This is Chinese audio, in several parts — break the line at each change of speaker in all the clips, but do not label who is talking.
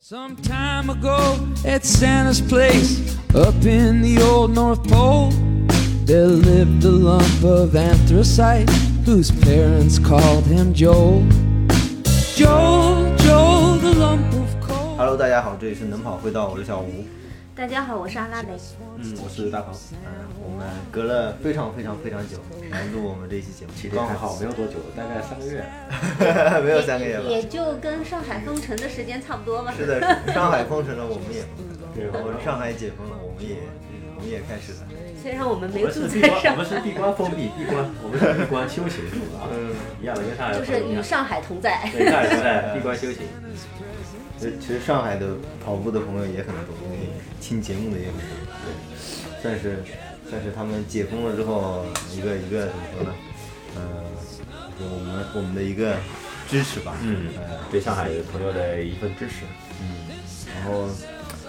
Some time ago at Santa's place, up in the old North Pole, there lived a lump of anthracite whose parents called him Joel. Joel, Joel, the lump of coal.
Hello，大家好，这里是能跑会道，我是小吴，
大家好，我是阿拉蕾。
嗯，我是大鹏，嗯，我们隔了非常非常非常久来录我们这一期节目，
其实
刚
还好，没有多久，大概三个月。
没有三个月吧？
也就跟上海封城的时间差不多吧。
是的，上海封城了，我们也封城了，
对，
然
我
后
们
上海解封了，我们也我们也开始了，
虽然我们没
我们
住
是闭
在
关，
上
我们是闭关封闭闭关，我们是闭关修行，是吧？
嗯，
一样的，跟上海
就
朋友
是
一
与
样。
上海同在。
对，上海是在闭关修 行。
其实其实上海的跑步的朋友也很多，因为听节目的也很多，对，算是算是他们解封了之后一个一个怎么说呢？嗯、就我们我们的一个支持吧，
嗯
呃，
对上海朋友的一份支持。
然后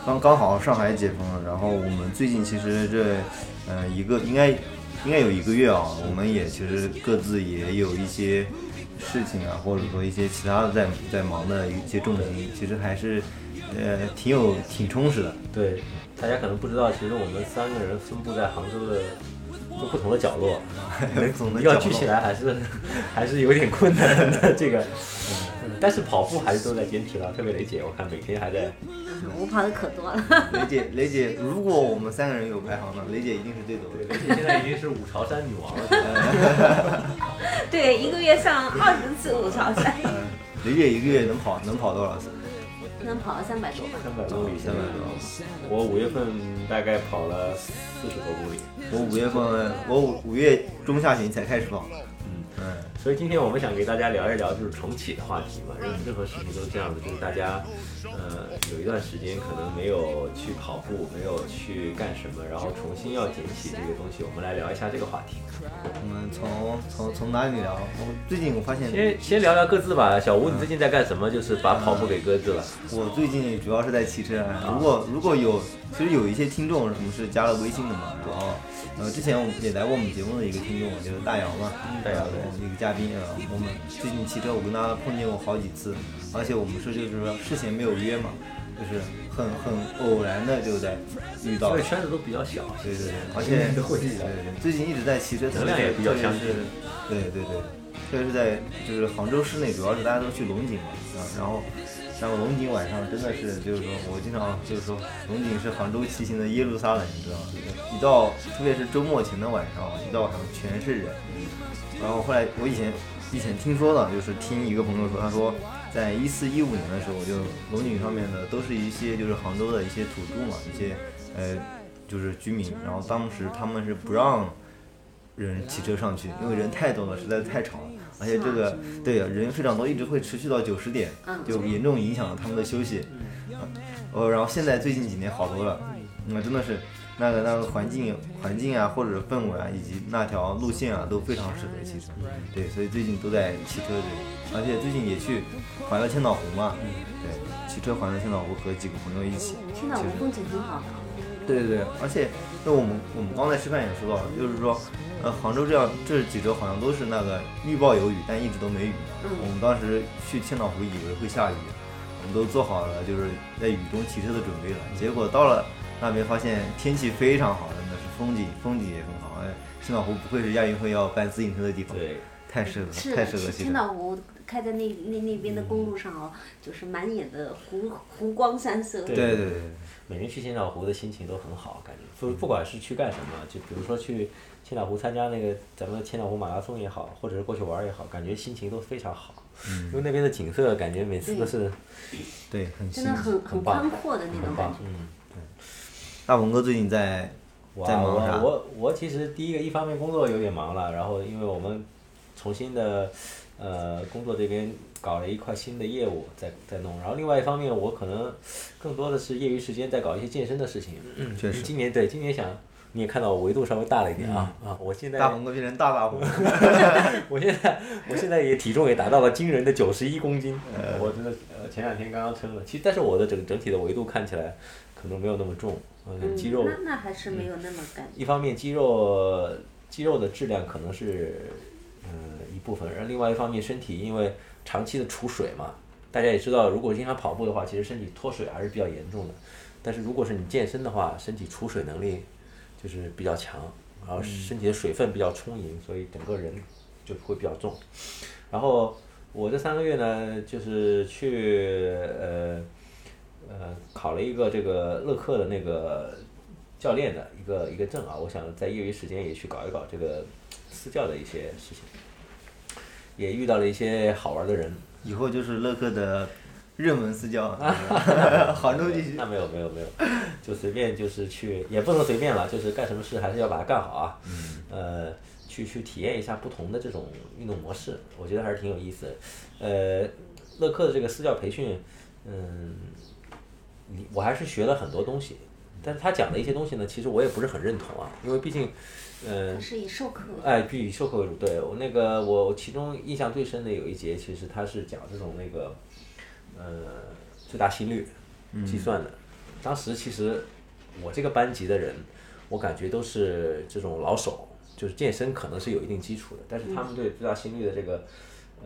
刚刚好上海解封了，然后我们最近其实这呃一个应该应该有一个月啊，我们也其实各自也有一些事情啊，或者说一些其他的在在忙的一些重心，其实还是呃挺有挺充实的，
对，大家可能不知道，其实我们三个人分布在杭州的不同的角落，
总的
要
角
聚
落
起来还是还是有点困难的。 这个，嗯但是跑步还是都在坚持了，特别雷姐，我看每天还在。
我跑的可多了，
雷姐，雷姐，如果我们三个人有排行呢，雷姐一定是最多
对，
的。
雷姐现在已经是五朝山女王了。
对，一个月上二十次五朝山，
嗯，雷姐一个月能跑能跑多少次？
能跑了三百多吧。
三百公里，
三百多。
我五月份大概跑了四十多公里，
我五月份，我五五月中下旬才开始跑。嗯
所以今天我们想给大家聊一聊就是重启的话题嘛。任任何事情都是这样的，就是大家呃有一段时间可能没有去跑步，没有去干什么，然后重新要捡起这个东西。我们来聊一下这个话题，
我们从从从哪里聊？我最近我发现，
嗯先先聊聊各自吧。小吴，你最近在干什么？就是把跑步给搁置了。
我最近主要是在骑车。啊如果如果有，其实有一些听众我们是加了微信的嘛，然后呃之前我们也来过我们节目的一个听众，就是大姚嘛，
大姚对
对，一个嘉宾啊。我们最近骑车，我跟他碰见过好几次，而且我们是就是说事前没有约嘛，就是很很偶然的就在遇到
这
了
个。圈子都比较小，
对对对，而且
都会
对对对，最近一直在骑车，
能量也比
特
较
别
强
是对对对，特别是在就是杭州市内，主要是大家都去龙井嘛，啊，然后然后龙井晚上真的是就是说我经常就是说龙井是杭州骑行的耶路撒冷，你知道吗？一到特别是周末前的晚上，一到晚上全是人，然后后来我以前以前听说的，就是听一个朋友说，他说在一四一五年的时候，就龙井上面的都是一些就是杭州的一些土著嘛，一些呃就是居民，然后当时他们是不让人骑车上去，因为人太多了，实在是太吵了。而且这个对啊人非常多，一直会持续到九十点，就严重影响了他们的休息。呃，然后现在最近几年好多了，那、真的是那个那个环境环境啊，或者氛围啊，以及那条路线啊，都非常适合骑车。对，所以最近都在骑车队，而且最近也去环了千岛湖嘛，对，骑车环了千岛湖，和几个朋友一起。
青岛湖风景很好，
对对对，而且那我们我们刚才吃饭也说到了，就是说，呃，杭州这样这几周好像都是那个预报有雨，但一直都没雨。
嗯
我们当时去千岛湖以为会下雨，我们都做好了就是在雨中骑车的准备了。结果到了那边发现天气非常好，真的是风景风景也很好。哎，千岛湖不愧是亚运会要办自行车的地方，
对，
太适合
是
太
的，
适合
青
骑车
青。岛湖开在那那那边的公路上哦，就是满眼的湖湖光山色。
对
对对对对，
每年去千岛湖的心情都很好，感觉不不管是去干什么，就比如说去千岛湖参加那个咱们千岛湖马拉松也好，或者是过去玩儿也好，感觉心情都非常好，因为那边的景色感觉每次都是
对很新
真的很
很棒
宽阔的那种感
很棒
觉。。
嗯，
大鹏哥最近在
我
在忙啥
我哦我我其实第一个一方面工作有点忙了，然后因为我们重新的呃工作这边搞了一块新的业务在在弄，然后另外一方面我可能更多的是业余时间在搞一些健身的事情。嗯
确实
今年对今年想。你也看到我维度稍微大了一点啊、啊！我现在
嗯大鹏哥变成大大鹏，
我现在我现在也体重也达到了惊人的九十一公斤，我真的呃前两天刚刚称了，其实但是我的整整体的维度看起来可能没有那么重，嗯，
嗯，
肌肉
那那还是没有那么感觉。
一方面肌肉肌肉的质量可能是嗯、呃一部分，然后另外一方面身体因为长期的储水嘛，大家也知道，如果经常跑步的话，其实身体脱水还是比较严重的。但是如果是你健身的话，身体储水能力就是比较强，然后身体的水分比较充盈，所以整个人就会比较重。然后我这三个月呢，就是去呃呃考了一个这个乐客的那个教练的一个一个证啊，我想在业余时间也去搞一搞这个私教的一些事情，也遇到了一些好玩的人。
以后就是乐客的热门私 教，杭州地区
呃那没有没有没有，就随便就是去，也不能随便了，就是干什么事还是要把它干好啊。呃，去去体验一下不同的这种运动模式，我觉得还是挺有意思的。呃，乐客的这个私教培训，嗯，你我还是学了很多东西，但是他讲的一些东西呢，其实我也不是很认同啊，因为毕竟，呃
它，是以授课
哎，必以授课为主。对我那个，我其中印象最深的有一节，其实他是讲这种那个，呃，最大心率计算的。当时其实我这个班级的人，我感觉都是这种老手，就是健身可能是有一定基础的，但是他们对最大心率的这个。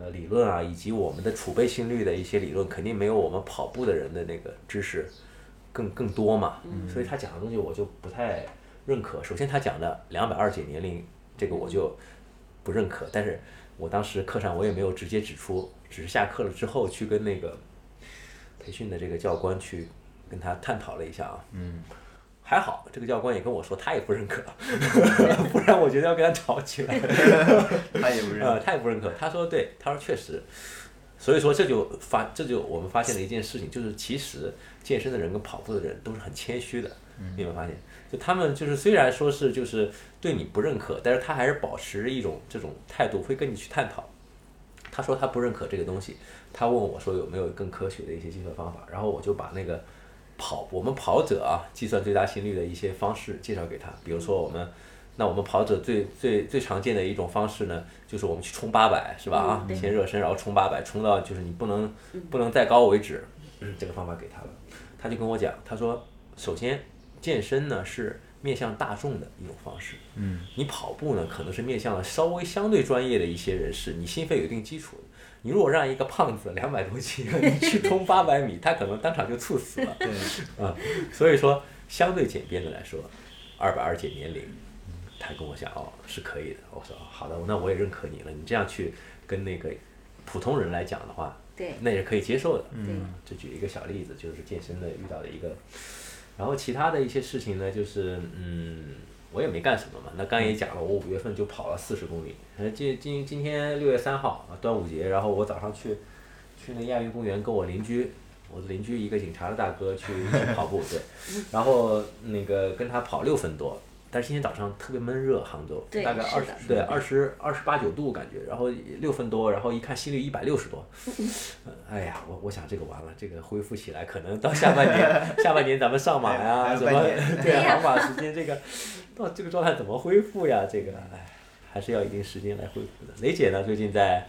呃，理论啊，以及我们的储备心率的一些理论，肯定没有我们跑步的人的那个知识更更多嘛，所以他讲的东西我就不太认可。首先他讲的两百二减年龄这个我就不认可，但是我当时课上我也没有直接指出，只是下课了之后去跟那个培训的这个教官去跟他探讨了一下啊，
嗯，
还好这个教官也跟我说他也不认可， 不然我觉得要跟他吵起来。
他也不认
呃，他也不认可。他说对，他说确实。所以说这就发，这就我们发现了一件事情，就是其实健身的人跟跑步的人都是很谦虚的，你有没有发现？就他们就是虽然说是就是对你不认可，但是他还是保持一种这种态度，会跟你去探讨。他说他不认可这个东西，他问我说有没有更科学的一些计算方法，然后我就把那个跑我们跑者啊计算最大心率的一些方式介绍给他，比如说我们。那我们跑者最最最常见的一种方式呢，就是我们去冲八百，是吧？啊、先热身，然后冲八百，冲到就是你不能不能再高为止。嗯这个方法给他了，他就跟我讲，他说，首先健身呢是面向大众的一种方式，嗯，你跑步呢可能是面向了稍微相对专业的一些人士，你心肺有一定基础的。你如果让一个胖子两百多斤， 你去冲八百米，他可能当场就猝死了。
对，
啊，所以说相对简便的来说，二百二减年龄，他跟我讲哦是可以的，我说哦好的，那我也认可你了，你这样去跟那个普通人来讲的话，
对
那也可以接受的。
对
这举一个小例子，就是健身的遇到的一个，然后其他的一些事情呢，就是嗯，我也没干什么嘛。那刚也讲了，我五月份就跑了四十公里。呃，今今今天六月三号啊，端午节，然后我早上去去那亚运公园跟我邻居。我的邻居一个警察的大哥去一起跑步， 对，然后那个跟他跑六分多，但是今天早上特别闷热，杭州
对
大概
是
二十
的
对二十二十八九度感觉，然后六分多，然后一看心率一百六十多，哎呀，我我想这个完了，这个恢复起来可能到下半 年，下半年咱们上马
还
呀，
有
什
半
么
年
对啊，航马时间这个，到这个状态怎么恢复呀？这个，哎，还是要一定时间来恢复的。雷姐呢，最近在，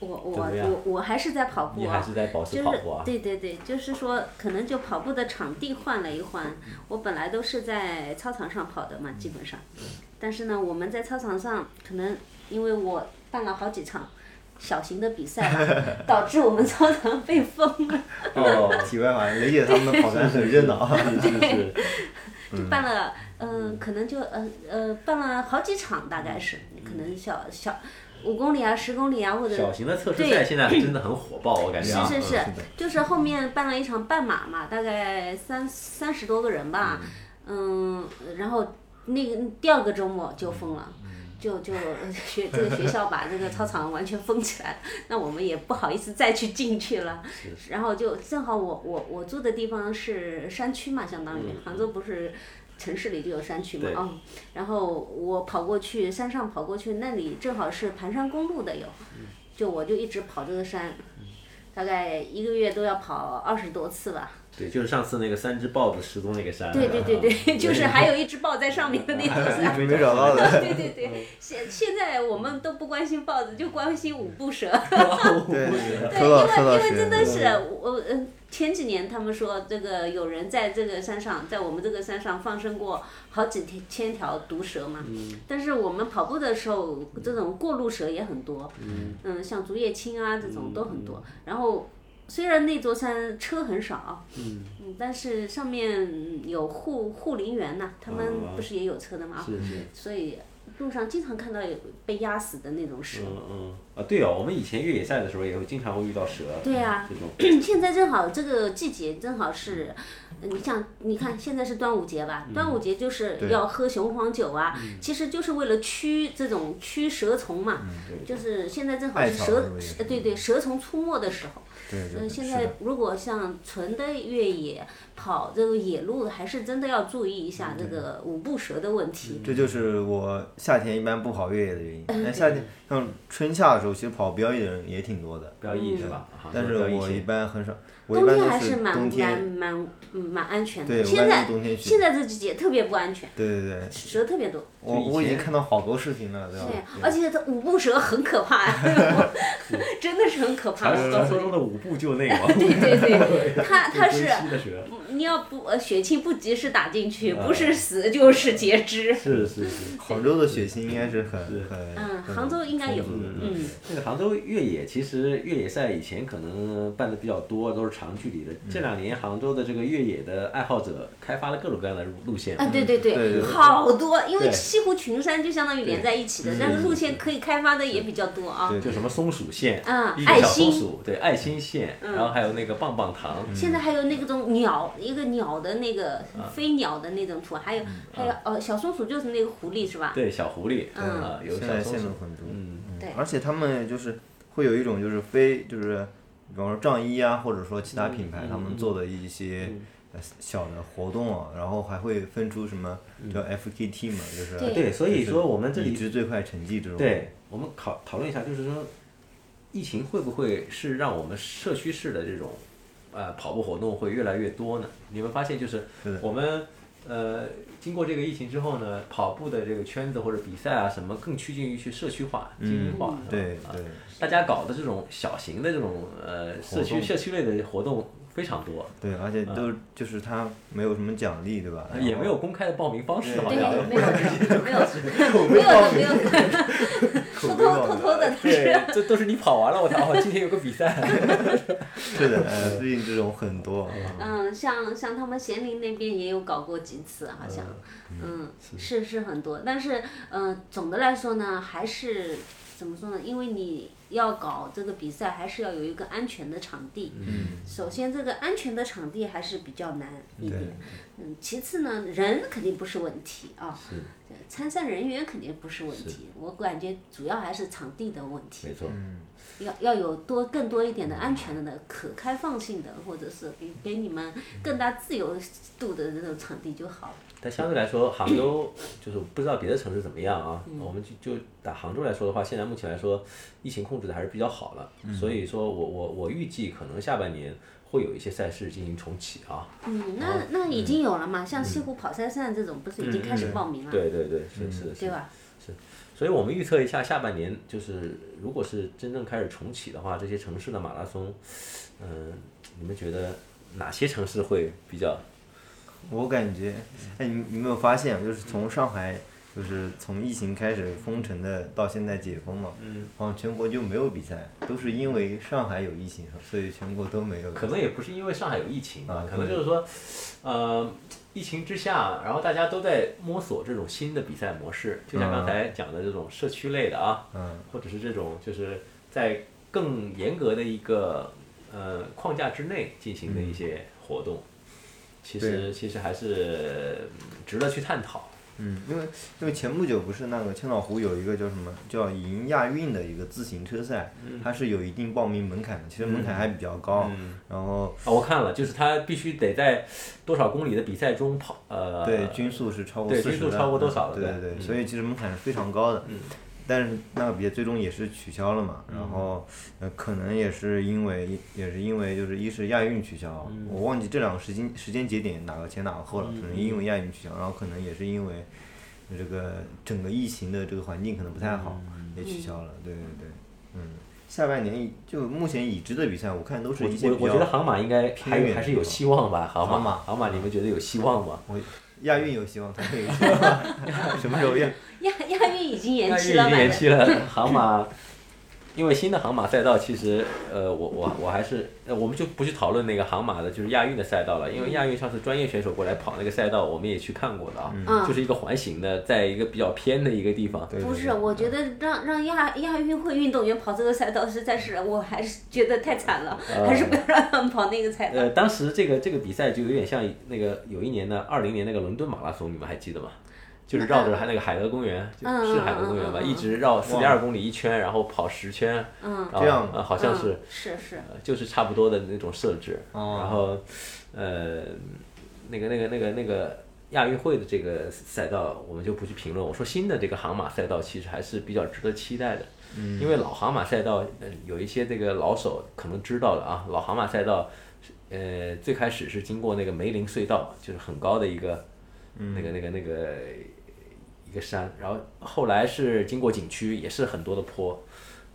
我
怎
我
么样
我我还是在跑步
你
啊
还，是在保持
就是
跑步啊？
对对对，就是说可能就跑步的场地换了一换，我本来都是在操场上跑的嘛，基本上，
嗯
但是呢，我们在操场上可能因为我办了好几场。小型的比赛吧导致我们操场被封了，
哦，
题外话，雷姐他们的跑团很热 闹，
是是是，
就办了，嗯、可能就呃呃办了好几场，大概是可能小小五公里啊、十公里啊，或者
嗯小型的测试
对
赛现在真 的很火爆，我感觉啊，
是是呃是
嗯，
就是后面办了一场半马嘛，大概三三十多个人吧，嗯，然后那个第二个周末就封了。就就呃学这个学校把这个操场完全封起来了，那我们也不好意思再去进去了。然后就正好我我我住的地方是山区嘛，相当于杭州不是城市里就有山区嘛
对，
哦，然后我跑过去山上跑过去，那里正好是盘山公路的有，就我就一直跑这个山，大概一个月都要跑二十多次吧。
对，就是上次那个三只豹子失踪那个山，啊
对对对对，就是还有一只豹在上面的那种山。
哎没没找到的。
对对对，现现在我们都不关心豹子，就关心五步蛇。
对，
对，
说到说
因
到
为因为真的
是，
是我嗯，前几年他们说这个有人在这个山上，在我们这个山上放生过好几天千条毒蛇嘛。
嗯
但是我们跑步的时候，嗯这种过路蛇也很多。嗯。像竹叶青啊这种都很多。然后虽然那座山车很少，
嗯，
嗯，但是上面有护护林员呐、他们
哦
不是也有车的嘛，
是是，
所以路上经常看到有被压死的那种蛇。
嗯嗯，啊对哦，我们以前越野赛的时候也会经常会遇到蛇，
对啊呀
这 种，
现在正好这个季节正好是，呃你像你看现在是端午节吧？端午节就是
嗯对嗯
要喝雄黄酒啊，其实就是为了驱这种驱蛇虫嘛。
对
就是现在正好
艾
是
草
蛇
是不是也，是
呃对对，蛇虫出没的时候。
对对
嗯，
对，
现
是
在
的
如果像纯的越野跑这个野路，还是真的要注意一下
嗯
这个五步蛇的问题。
这就是我夏天一般不跑越野的原因。
嗯
但夏天像春夏的时候，其实跑标野的人也挺多的，
标意是
嗯
吧？好像
但是
都标意
我
鞋
一般很少，我一
冬
般
天
都
还是蛮
冬
蛮
天，
蛮嗯蛮安全
对，
的。
我
现
一般
在
都冬天去
现。在这季节特别不安全，
对对对，
蛇特别多。
我
以
我已经
前
看到好多视频了，对吧
对，？而且它五步蛇很可怕呀，真的是很可怕。
传
我告
传
诉
说中
你
的五步就那个，
对对 对，它它是
归西的蛇，
你要不呃血清不及时打进去，
啊
不是死就是截肢。
是是是。
杭州的血腥应该是很
是
很
嗯，
很
杭州应该有。嗯，
这个杭州越野其实越野赛以前可能办的比较多，都是长距离的。
嗯
这两年杭州的这个越野的爱好者开发了各种各样的路线，
啊，对对
对对对
好多，因为
对
西湖群山就相当于连在一起的，但是路线可以开发的也比较多啊。
对
就什么松鼠线，
嗯
一个小
爱心嗯
松鼠，对，爱心线，然后还有那个棒棒糖，
嗯
现在还有那个种鸟，一个鸟的那个飞鸟的那种图，还有还有哦，小松鼠就是那个狐狸是吧？
对，小狐狸，
嗯
啊，有
现
小
在
松
线
鼠
路，很多，
嗯，
对
而且他们就是会有一种就是非就是，比方说仗义啊，或者说其他品
嗯
牌他们做的一些呃小的活动啊，然后还会分出什么叫 FKT 嘛，就是
对
对，嗯所以说我们这里
已知最快成绩这种，
对，我们考讨论一下，就是说，疫情会不会是让我们社区式的这种，呃，跑步活动会越来越多呢？你们发现就是
是的
我们呃，经过这个疫情之后呢，跑步的这个圈子或者比赛啊什么，更趋近于去社区化、精英
嗯
化，是吧
嗯对
啊
对，
大家搞的这种小型的这种呃社区
动
社区类的活动非常多。
对，而且都就是他没有什么奖励，对吧？
嗯也没有公开的报名方式，好
对，
像
没有没有
口
没
碑
有的
报
没
名，
有的，偷偷偷偷 的，但是
对，这都是你跑完了，我才哦，今天有个比赛，
是的，呃最近这种很多，
嗯，像像他们咸宁那边也有搞过几次，好像，嗯，是是很多，但是，嗯，总的来说呢，还是怎么说呢？因为你要搞这个比赛，还是要有一个安全的场地。
嗯，
首先，这个安全的场地还是比较难一点。嗯，其次呢，人肯定不是问题啊，对参赛人员肯定不是问题。我感觉主要还是场地的问题。
没错，
要要有多更多一点的安全的、可开放性的，或者是给给你们更大自由度的那种场地就好了。
但相对来说，杭州就是不知道别的城市怎么样啊。
嗯
我们就就打杭州来说的话，现在目前来说，疫情控制的还是比较好了。所以说我我我预计可能下半年会有一些赛事进行重启啊。
嗯，那那已经有了嘛？像西湖跑山赛这种，不是已经开始报名了，
对对对，是是
对
是。
吧？
所以我们预测一下下半年，就是如果是真正开始重启的话，这些城市的马拉松，嗯、你们觉得哪些城市会比较？
我感觉，哎，你你有没有发现，就是从上海，就是从疫情开始封城的，到现在解封嘛，嗯，好像全国就没有比赛，都是因为上海有疫情，啊所以全国都没有。
可能也不是因为上海有疫情吧，
啊
可能
对
就是说，呃，疫情之下，然后大家都在摸索这种新的比赛模式，就像
嗯
刚才讲的这种社区类的啊，
嗯，
或者是这种就是在更严格的一个呃框架之内进行
嗯
的一些活动，其实其实还是嗯值得去探讨。
嗯，因为因为前不久不是那个千岛湖有一个叫什么叫迎亚运的一个自行车赛，它是有一定报名门槛的，其实门槛还比较高，然后
啊，我看了，就是他必须得在多少公里的比赛中跑，呃，
对，均速是超过
对
四十
均速
的，
超过多少了
对
对
对
嗯
所以其实门槛是非常高的。但是那个比赛最终也是取消了嘛，
嗯
然后呃，可能也是因为也是因为就是一是亚运取消，
嗯
我忘记这两个时间时间节点哪个前哪个后了，可能
嗯
因为亚运取消，然后可能也是因为这个整个疫情的这个环境可能不太好，
嗯
也取消了。对对对，嗯，下半年就目前已知的比赛，我看都是一些
我
比
我觉得
较
杭马应该还
偏
有
远
还
的
是有
地方
希望吧，杭
杭
马
马
杭马，你们觉得有希望吗？
我亚运有希望，他会有希 望，什么时候亚？
亚亚运已经延
那
期了，
已经
反
延
正
期了，杭马因为新的航马赛道，其实呃，我我我还是，呃我们就不去讨论那个航马的，就是亚运的赛道了，因为亚运上次专业选手过来跑那个赛道，我们也去看过的啊，
嗯
就是一个环形的，在一个比较偏的一个地方，
对
不是，我觉得让让亚亚运会运动员跑这个赛道，实在是我还是觉得太惨了，还是不要让他们跑那个赛道。
呃，当时这个这个比赛就有点像那个有一年的二零年那个伦敦马拉松，你们还记得吗？就是绕着还那个海德公园，就
嗯
是海德公园吧，
嗯嗯嗯
一直绕四点二公里一圈，然后跑十圈，
嗯，
然
这
后
样
呃好像是
嗯、是是，
呃就是差不多的那种设置。
哦
然后，呃，那个那个那个那个亚运会的这个赛道，我们就不去评论。我说新的这个航马赛道其实还是比较值得期待的，
嗯
因为老航马赛道，呃，有一些这个老手可能知道的啊，老航马赛道是，呃，最开始是经过那个梅林隧道，就是很高的一个，那个那个那个一个山，然后后来是经过景区，也是很多的坡。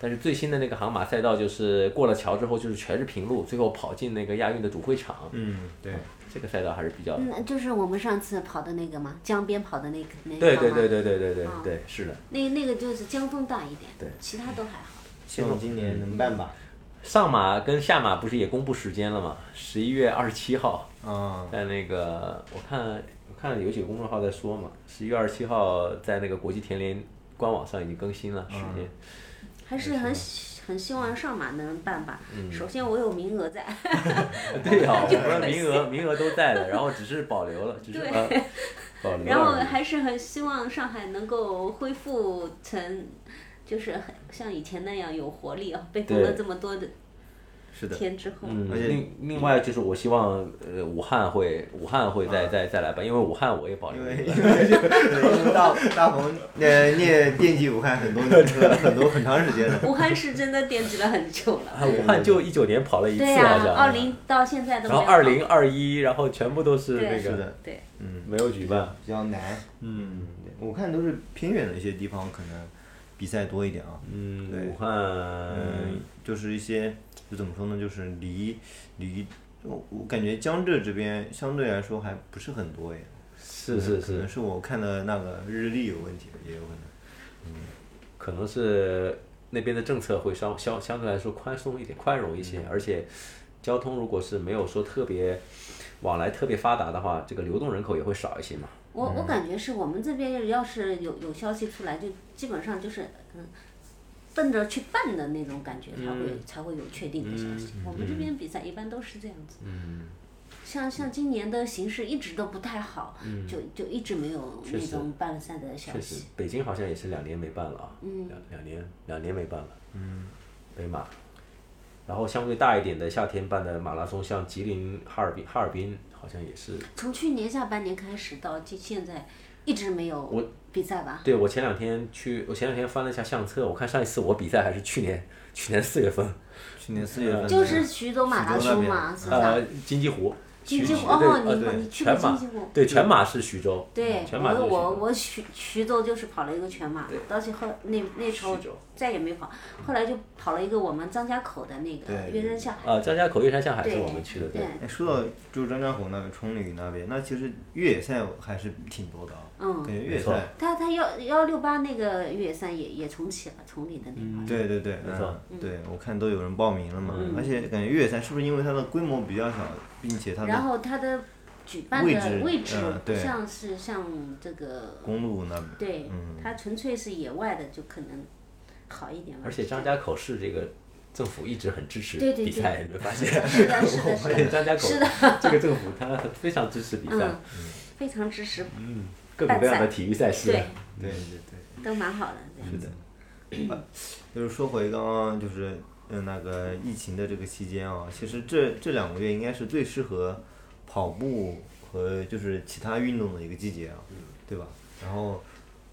但是最新的那个航马赛道，就是过了桥之后就是全是平路，最后跑进那个亚运的主会场，
嗯，对，
这个赛道还是比较。
嗯，就是我们上次跑的那个嘛，江边跑的那个那个
对
嘛
对对对对对对
嗯
对，是的。
那那个就是江风大一点，
对
其他都还好。
希望今年能办吧。
上马跟下马不是也公布时间了吗？十一月二十七号，
啊，
在那个我看我看有几个公众号在说嘛，十一月二十七号在那个国际田联官网上已经更新了时间。
还是很希很希望上马能办吧。
嗯
首先我有名额在，嗯
对 呀、我们名额名额都在的，然后只是保留了，只是
对
呃 保留 了而已。
然后还是很希望上海能够恢复成，就是很像以前那样有活力啊！被封了
对
这么多的
是的，
天之后，
嗯，
而且
另另外嗯就是我希望呃武汉会武汉会再、再再来吧，因为武汉我也保留
因
了
为因为因为大大鹏呃念惦记武汉很多年了很多很长时间了。
武汉是真的惦记了很久了。
啊，武汉就一九年跑了 一次
对
好
呀、
像，
二零到现在都没
然后
有。
二零二一，然后全部都是
对
那
是
个
的，
对，
嗯，
没有举办。
比较难。嗯，对我看都是偏远的一些地方，可能比赛多一点啊。对
嗯，武汉
嗯，就是一些就怎么说呢，就是离离我我感觉江浙这边相对来说还不是很多耶。
是是
可能
是，
是我看的那个日历有问题，也有可能。
可能是那边的政策会稍相相对来说宽松一点、宽容一些，而且交通如果是没有说特别往来特别发达的话，这个流动人口也会少一些嘛。
我我感觉是我们这边要是有有消息出来，就基本上就是嗯，奔着去办的那种感觉才
嗯
会、才会有确定的消息。我们这边比赛一般都是这样子。
嗯
像像今年的形势一直都不太好，就就一直没有
嗯确
那
实
种办赛的消
确实
息。，
北京好像也是两年没办了啊，两两年两年没办了。嗯，北马，然后相对大一点的夏天办的马拉松，像吉林、哈尔滨，哈尔滨好像也是。
从去年下半年开始到今现在，一直没有比赛吧？
对我前两天去，我前两天翻了一下相册，我看上一次我比赛还是去年 去年四月份，
去年四月份的
就是徐州马拉
徐州那
松
边
嘛，是吧？
呃，金鸡湖，
金
徐
鸡
徐
湖
对
哦，
呃
你
对
你去过
全马
金鸡湖？
对，全马是徐州，
对，
嗯全马
我
都是
我
徐州
我徐徐州就是跑了一个全马，到最后那那时候
徐州
再也没跑，后来就跑了一个我们张家口的那个
对
月山下，
啊，张家口、月山下海是
对
我们去的，对
对，，
哎，说到就是张家口那边、崇礼那边，那其实越野赛还是挺多的啊。
嗯
感觉越
没
野
错
赛，
他他幺幺六八那个越野赛也也重启了，崇礼的那
嗯
块儿。
对对对，
没错
嗯，对我看都有人报名了嘛。
嗯
而且感觉越野赛是不是因为它的规模比较小，并且它
然
的
后它的举办
位
的
置
位置
嗯
不
对
像是像这个，
公路那边
对，
嗯
它纯粹是野外的，就可能好一点吧。
而且张家口市这个政府一直很支持
对对
比
对
赛，你没发现？
是的，是的，
而
是
且
的，
张家口
是
这个政府他非常支持比赛，
嗯，非常支持，
嗯各种各样的
办赛
体育赛事。啊
对，
对对对。
都蛮好的。对
是的，就是说回刚刚就是嗯那个疫情的这个期间啊，其实这这两个月应该是最适合跑步和就是其他运动的一个季节啊，对吧？然后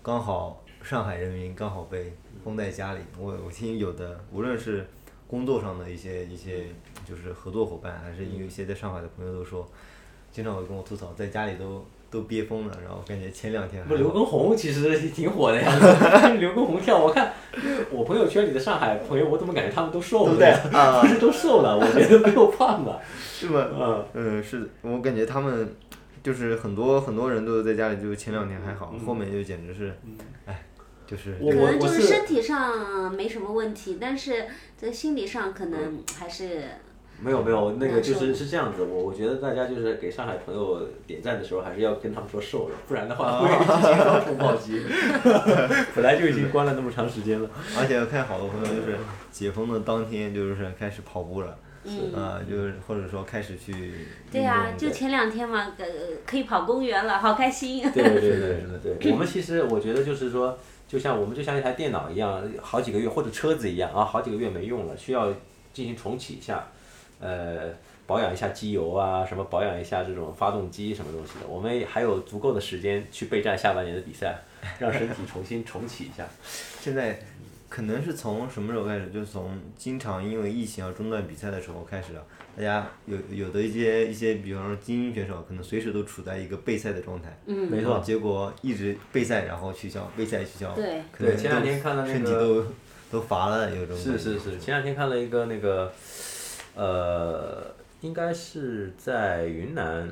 刚好上海人民刚好被封在家里，我我听有的无论是工作上的一些一些就是合作伙伴，还是有一些在上海的朋友都说，经常会跟我吐槽，在家里都都憋疯了，然后感觉前两天还
不，刘
好
畊宏其实挺火 的呀。刘畊宏跳，我看我朋友圈里的上海朋友，我怎么感觉他们都瘦
对不
了
对
呀？
啊
不？是都瘦了，我觉得没有胖啊吧。
是吧？
嗯
嗯，是的，我感觉他们就是很多很多人都在家里，就前两天还好，后面就简直是，哎，就是
我
可能就
我
是
是
身体上没什么问题，但是在心理上可
嗯
能还是
没有没有，那个就
难
是
受
是这样子，我我觉得大家就是给上海朋友点赞的时候，还是要跟他们说瘦了， 不然的话会高重暴击。 本来就已经关了那么长时间了，
而且我看好多朋友就是解封的当天就是开始跑步了，
嗯。
啊、就是或者说开始去
对
呀、
嗯
呀、就前两天嘛，呃，可以跑公园了，好开心。
对对对对对，我们其实我觉得就是说，就像我们就像一台电脑一样，好几个月或者车子一样啊，好几个月没用了，需要进行重启一下，呃，保养一下机油啊，什么保养一下这种发动机什么东西的，我们还有足够的时间去备战下半年的比赛，让身体重新重启一下。
现在可能是从什么时候开始？就是从经常因为疫情而中断比赛的时候开始啊，大家有有的一些一些，比方说精英选手，可能随时都处在一个备赛的状态。
嗯，
没错，
结果一直备赛，然后取消，备赛取消。
对
可能
对前两天看到那个
身体都都乏了，有种
是是是，前两天看了一个那个，呃，应该是在云南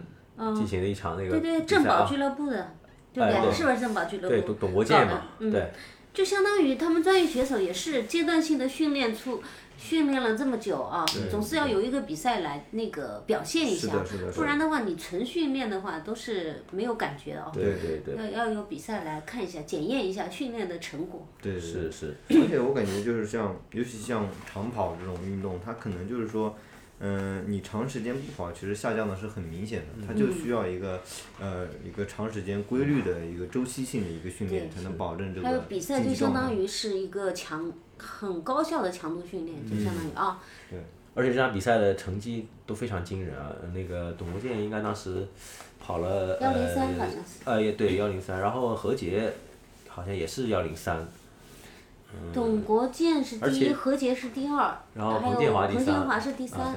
进行的一场那个
嗯对对，
比
正
赛啊
宝俱乐部的，对不
哎
对？
对
是不是正宝俱乐部？
对董董国建
搞的
嘛，
嗯
对
就相当于他们专业选手也是阶段性的训练出，训练了这么久啊，总是要有一个比赛来那个表现一
是
下
的是的是的，
不然的话你纯训练的话都是没有感觉的哦。
对对对，
要要有比赛来看一下，检验一下训练的成果。
对对对
是是，
而且我感觉就是像，尤其像长跑这种运动，它可能就是说，嗯、你长时间不跑，其实下降的是很明显
嗯
的，它
嗯
就需要一个呃一个长时间规律的一个周期性的一个训练，
对
才能保证这个
还有比赛
竞
就
技
相
状态
当于是一个强、很高效的强度训练，就相当于啊，
而且这场比赛的成绩都非常惊人啊！那个董国建应该当时跑了
幺零三好
呃
像是。
呃也对幺零三，然后何洁好像也是幺零三，
董国建是
而
第
且
一，何洁是第二，
然后
还
彭
有
建华第
彭
三
建华是第
啊
三，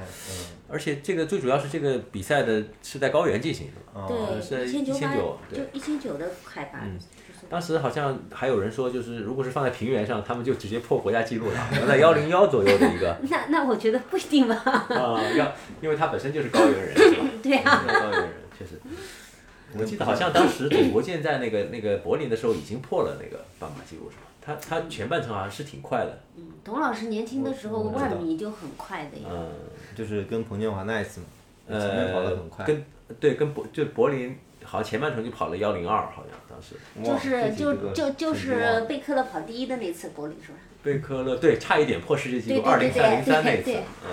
而且这个最主要是这个比赛的是在高原进行的嘛，
对，嗯哦
是在
对，千
1900
百
对
就一千九的海拔，就是
当时好像还有人说，就是如果是放在平原上，他们就直接破国家纪录了，好像在幺零幺左右的 一个
那那我觉得不一定吧，
啊，要因为他本身就是高原人，是吧嗯
对啊呀、
高原人确实。我记得好像当时董国建在那个那个柏林的时候已经破了那个半马记录，是吧？他他前半程好像是挺快的，
董老师年轻的时候
我知道
万米就很快的呀，
嗯，
就是跟彭建华那一次嘛，前面跑得
呃
很，快，
跟对跟柏就柏林好像前半程就跑了幺零二，好像当时
嗯哇
就
这
是
几
就
个
就就
成绩
是
哇
贝克勒跑第一的那次柏林是吧？
贝科勒对差一点破世界纪录二
对
零
对对
三零三那
对对
次
对，
嗯。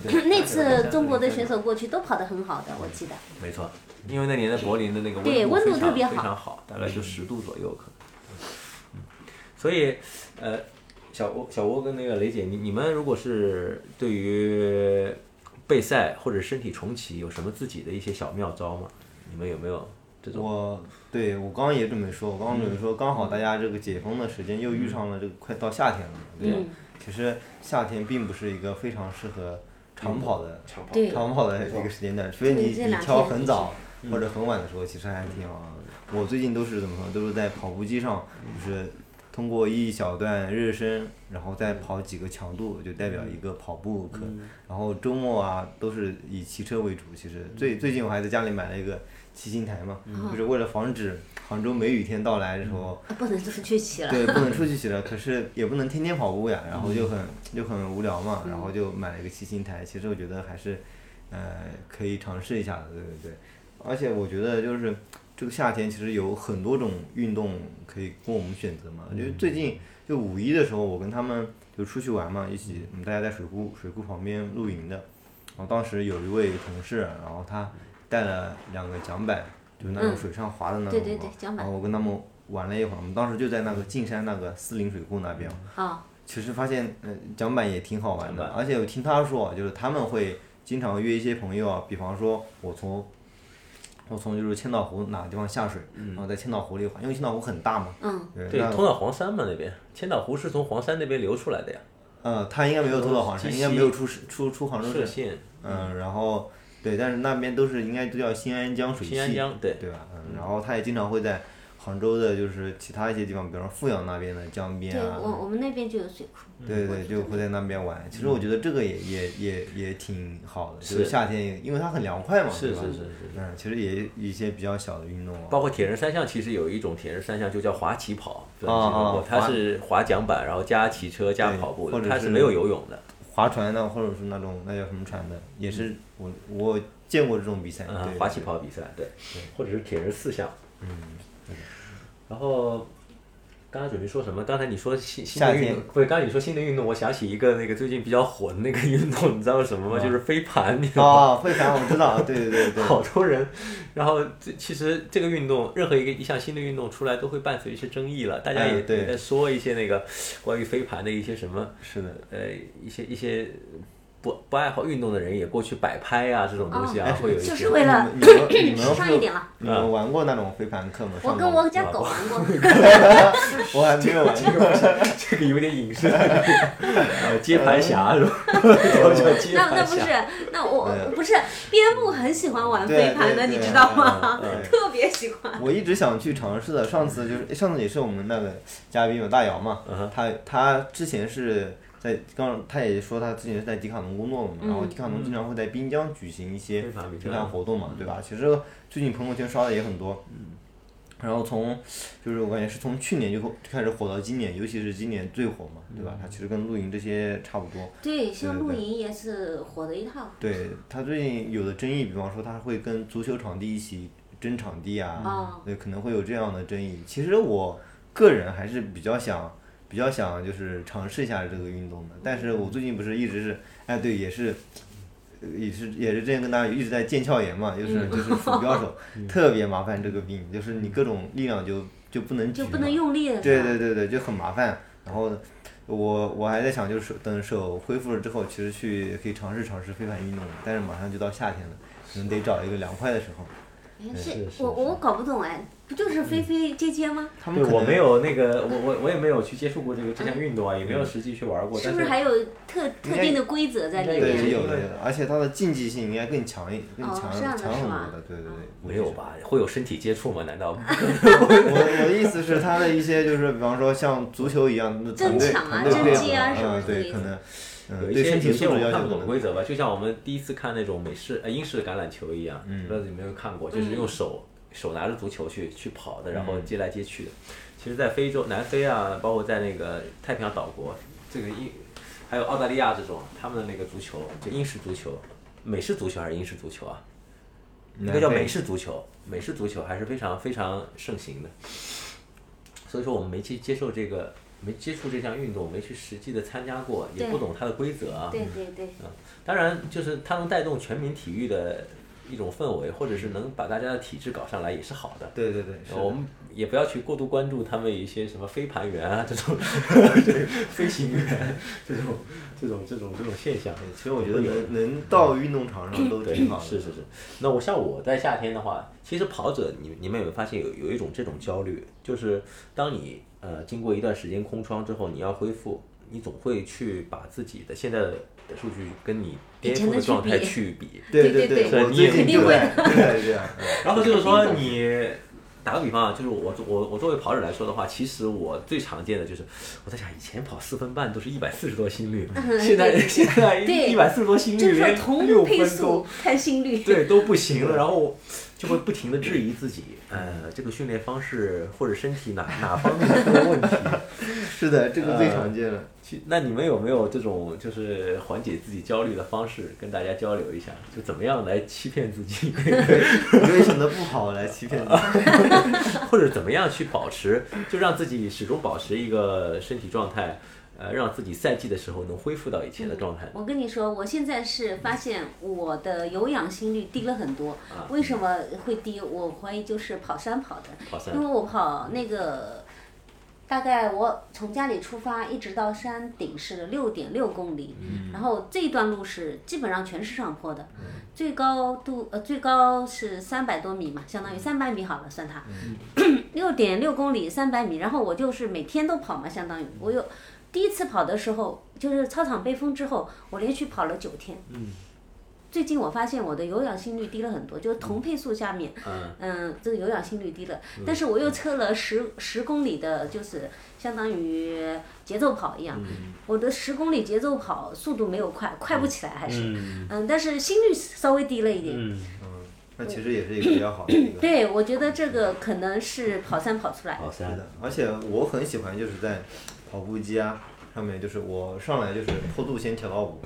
那次中国的选手过去都跑得很好的，我记得。
没错，因为那年的柏林的那个
对
温
温
非
度
常
特别好
非常好，大概就十度左右可能。嗯，所以，呃，小欧、小欧跟那个雷姐，你你们如果是对于备赛或者身体重启有什么自己的一些小妙招吗？你们有没有这种？
我对我刚刚也准备说，我刚刚准备说，刚好大家这个解封的时间又遇
嗯
上了这个快到夏天了，对吧？
嗯
其实夏天并不是一个非常适合长跑的
长跑
对
长跑的一个时间段，除非你
这
你
两
挑
天
很早或者很晚的时候，其实还挺好的。我最近都是怎么说，都是在跑步机上，就是通过一小段热身，然后再跑几个强度，就代表一个跑步课。然后周末啊，都是以骑车为主。其实最最近我还在家里买了一个骑行台嘛，
哦
就是为了防止杭州梅雨天到来的时候。
啊不能出去骑了。
对，不能出去骑了，可是也不能天天跑步呀，然后就很就很无聊嘛，然后就买了一个骑行台。其实我觉得还是，呃，可以尝试一下的，对对对。而且我觉得就是这个夏天其实有很多种运动可以供我们选择嘛。因为最近就五一的时候，我跟他们就出去玩嘛，一起我们大家在水库水库旁边露营的。然后当时有一位同事，然后他带了两个桨板，就是那种
嗯
水上滑的那种嘛。
对对对桨板
然后我跟他们玩了一会儿，我们当时就在那个径山那个四林水库那边，
啊，
其实发现呃桨板也挺好玩的
桨，板
而且我听他说，啊就是他们会经常约一些朋友啊，比方说我从我从就是千岛湖哪个地方下水，然后在千岛湖里滑，因为千岛湖很大嘛，
嗯，
嗯对
那，
通到黄山嘛那边，千岛湖是从黄山那边流出来的呀，
呃，他应该没有通到黄山，
鸡
应
西
该没有出出出杭州
歙
市，
县、
嗯，然后对，但是那边都是应该都叫新安江水系，
新安江，对，嗯
对吧？嗯，然后他也经常会在杭州的，就是其他一些地方，比方说富阳那边的江
哎
边
对
啊，
我我们那边就有水库，
对对，
我
就会在那边玩。其实我觉得这个也也也也挺好的，就是
是
夏天也，因为它很凉快嘛，
是
对吧？
是是嗯是，
嗯，其实也有一些比较小的运动啊，
包括铁人三项，其实有一种铁人三项就叫滑起跑，不知道
啊
你听说过
啊
它
滑
是滑桨板，然后加骑车加
对
跑步
或
的，
者
它
是
没有游泳的。
划船的，或者是那种那叫什么船的，也是我我见过这种比赛，哎
啊
对，
滑起，跑比赛，对，或者是铁人四项，嗯，然后刚才准备说什么？刚才你说新新
夏
的
天
运动，不是？刚才你说新的运动，我想起一个那个最近比较火的那个运动，你知道是什么吗？
啊
就是飞盘，你知
对
道吗？
哦，会船我知道，对对 对对，
好多人，然后这其实这个运动，任何一个一项新的运动出来，都会伴随一些争议了。大家
哎
也、
对
也在说一些那个关于飞盘的一些什么
是的。
呃一些一些不不爱好运动的人也过去摆拍啊这种东西啊，
哦
会有一些
就是为了
你们 你们
时尚一点了。
你们玩过那种飞盘课吗？
我
上
跟
过
我家狗玩过，
我还没有玩过，
这个有点 影射，呃，接盘侠是吧？叫接
那那
盘
不是
侠。，
那我
嗯
不是边牧很喜欢玩
对
飞盘的，
对
你
对
知道
嗯
吗
嗯？对
特别喜欢。
我一直想去尝试的。上次就是哎上次也是我们那个嘉宾嘛，大姚嘛
嗯哼，
他他之前是在刚他也说他之前是在迪卡侬工作嘛，然后
嗯
迪卡侬经常会在滨江举行一些
非常非常
非常活动嘛，对吧？其实最近朋友圈刷的也很多，然后从就是我感觉是从去年就开始火到今年，尤其是今年最火嘛，对吧？它其实跟露营这些差不多。
对，像
对
露营也是火的一塌糊涂。
对他最近有的争议，比方说他会跟足球场地一起争场地啊，
哦
对，可能会有这样的争议。其实我个人还是比较想，比较想就是尝试一下这个运动的。但是我最近不是一直是，哎，对，也是，呃也是也是之前跟大家一直在腱鞘炎嘛，就是
嗯
就是鼠标 手，特别麻烦这个病，就是你各种力量就就不能
就
举
不
嘛
能用力了，
对
是吧
对对对，就很麻烦。然后我我还在想，就是等手恢复了之后，其实去可以尝试尝试飞盘运动，但是马上就到夏天了，可能得找一个凉快的时候。
哎
是是嗯
我我搞不懂哎，不就是飞飞接接吗？
他们
对，
可
我
能
没有那个，我我我也没有去接触过这个这项运动啊，也
嗯
没有实际去玩过。
是
但
不是还有特特定的规则在里
应该
对
面？
有的有的，而且它的竞技性应该更强一更
哦
强、
这样的
强
是
很
吗哦
多的，对对对。
没有吧？会有身体接触吗？难道不？
我我的意思是，他的一些就是，比方说像足球一样的团队
争抢啊
团队配
争
合，
技啊什么
嗯，
之类
对，
的
可能，嗯，
有一
对
些
身体
有些
素
我
质要
看
求可
不懂
能
规则吧，就像我们第一次看那种美式呃英式橄榄球一样，
嗯
不知道你有没有看过，
嗯
就是用手手拿着足球去去跑的，然
嗯
后接来接去的。其实，在非洲、南非啊，包括在那个太平洋岛国，这个英还有澳大利亚这种，他们的那个足球就英式足球，美式足球还是英式足球啊？那个叫美式足球，美式足球还是非常非常盛行的。所以说我们没去接受这个，没接触这项运动，没去实际的参加过，也
对
不懂它的规则啊。
对对对，
当然，就是它能带动全民体育的一种氛围，或者是能把大家的体质搞上来，也是好的。
对对对，是
我们也不要去过度关注他们一些什么飞盘员啊这种，飞行员这种这种这种这种现象。
其实我觉得能能到运动场上都
对，
挺好的，
是是是。那我像我在夏天的话，其实跑者，你你们有没有发现有有一种这种焦虑，就是当你呃经过一段时间空窗之后，你要恢复，你总会去把自己的现在的数据跟你
以
巅
前
峰
的
的
去
状态
比
去比，
对
对
对
对
对
我
你
最
也
近
肯定
就
会
在就在这样，嗯
然后就是说你。打个比方啊，就是我我我作为跑者来说的话，其实我最常见的就是我在想，以前跑四分半都是一百四十多 心率，现在现在
对
一百四十多心
就
率
是说
连
同
六
步配
分钟
速看心率，
对，都不行了，然后就会不停的质疑自己，呃，这个训练方式或者身 体哪哪方面出了问题？
是的，这个最常见了。
其那你们有没有这种就是缓解自己焦虑的方式，跟大家交流一下？就怎么样来欺骗自己，
你为什么不好来欺骗你？
或者怎么样去保持，就让自己始终保持一个身体状态，呃，让自己赛季的时候能恢复到以前的状态。
我跟你说，我现在是发现我的有氧心率低了很多。
啊
为什么会低？我怀疑就是跑山跑的，
跑山
因为我跑那个，大概我从家里出发一直到山顶是六点六公里，然后这段路是基本上全是上坡的，最高度呃最高是三百多米嘛，相当于三百米好了，算它。 六点六公里，三百米，然后我就是每天都跑嘛，相当于我有第一次跑的时候，就是操场被封之后，我连续跑了九天。嗯。最近我发现我的有氧心率低了很多，就是同配速下面，
嗯，
嗯，这个有氧心率低了，但是我又测了十十公里的，就是相当于节奏跑一样，
嗯
我的十公里节奏跑速度没有快，快不起来还是，
嗯
嗯，但是心率稍微低了一点。
嗯，
嗯，那其实也是一个比较好的一个。
对，我觉得这个可能是跑山跑出来的。
好
是
山
的，而且我很喜欢就是在跑步机啊上面，就是我上来就是坡度先调到五，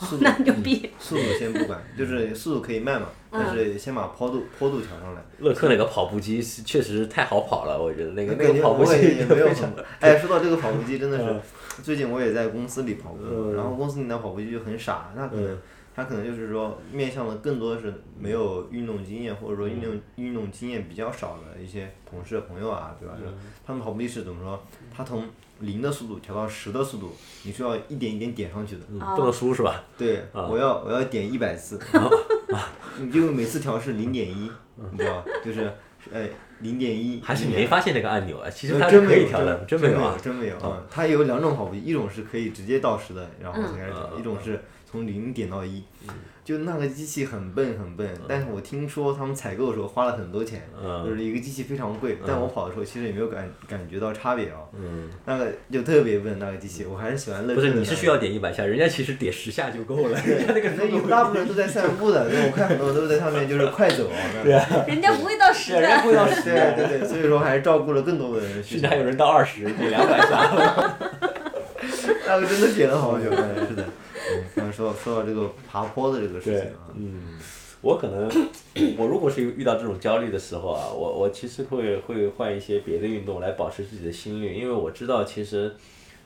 速度
哦那牛 逼！
速度先不管，就是速度可以慢嘛，
嗯
但是先把坡度坡度调上来。
乐客那个跑步机是确实太好跑了，我觉得那个那
感
个
觉
跑步嗯
我
机
感觉也没有很
非常，
哎，说到这个跑步机，真的是，最近我也在公司里跑步嘛，然后公司里的跑步机就很傻，那可能
嗯
他可能就是说面向的更多的是没有运动经验或者说运
嗯
动运动经验比较少的一些同事朋友啊，对吧？
嗯
就是他们跑步机是怎么说？他从零的速度调到十的速度，你是要一点一点点上去的。
嗯不能输是吧？
对，
啊
我要我要点一百次， 你就每次调是零点一，你知道吧？就是哎零点一，
还是你没发现这个按钮啊？其实
呃
它是
真
可
没
以
有
调的，
真
没
有
啊。
真没有啊！嗯它有两种跑步机，一种是可以直接到十的，然后才开始
嗯
调；
嗯
一种是从零点到一。就那个机器很笨很笨，但是我听说他们采购的时候花了很多钱，
嗯
就是一个机器非常贵，但我跑的时候其实也没有感感觉到差别啊。
嗯，
那个就特别笨那个机器，我还是喜欢乐
不
客的
是，
那个。
你是需要点一百下，人家其实点十下就够了，人家那个
那
速
有
度。
大部分人都在散步的，对我看很多人都是在上面就是快走啊。 对啊，
人家不会到十
对，人家
的，
不到十
对对对，所以说还是照顾了更多的人需求。
甚至还有人到二十，点两百下。
那个真的点了好久， 哎是的。嗯，刚才说到说到这个爬坡的这个事情啊，
嗯，我可能我如果是遇到这种焦虑的时候啊，我我其实会会换一些别的运动来保持自己的心率，因为我知道其实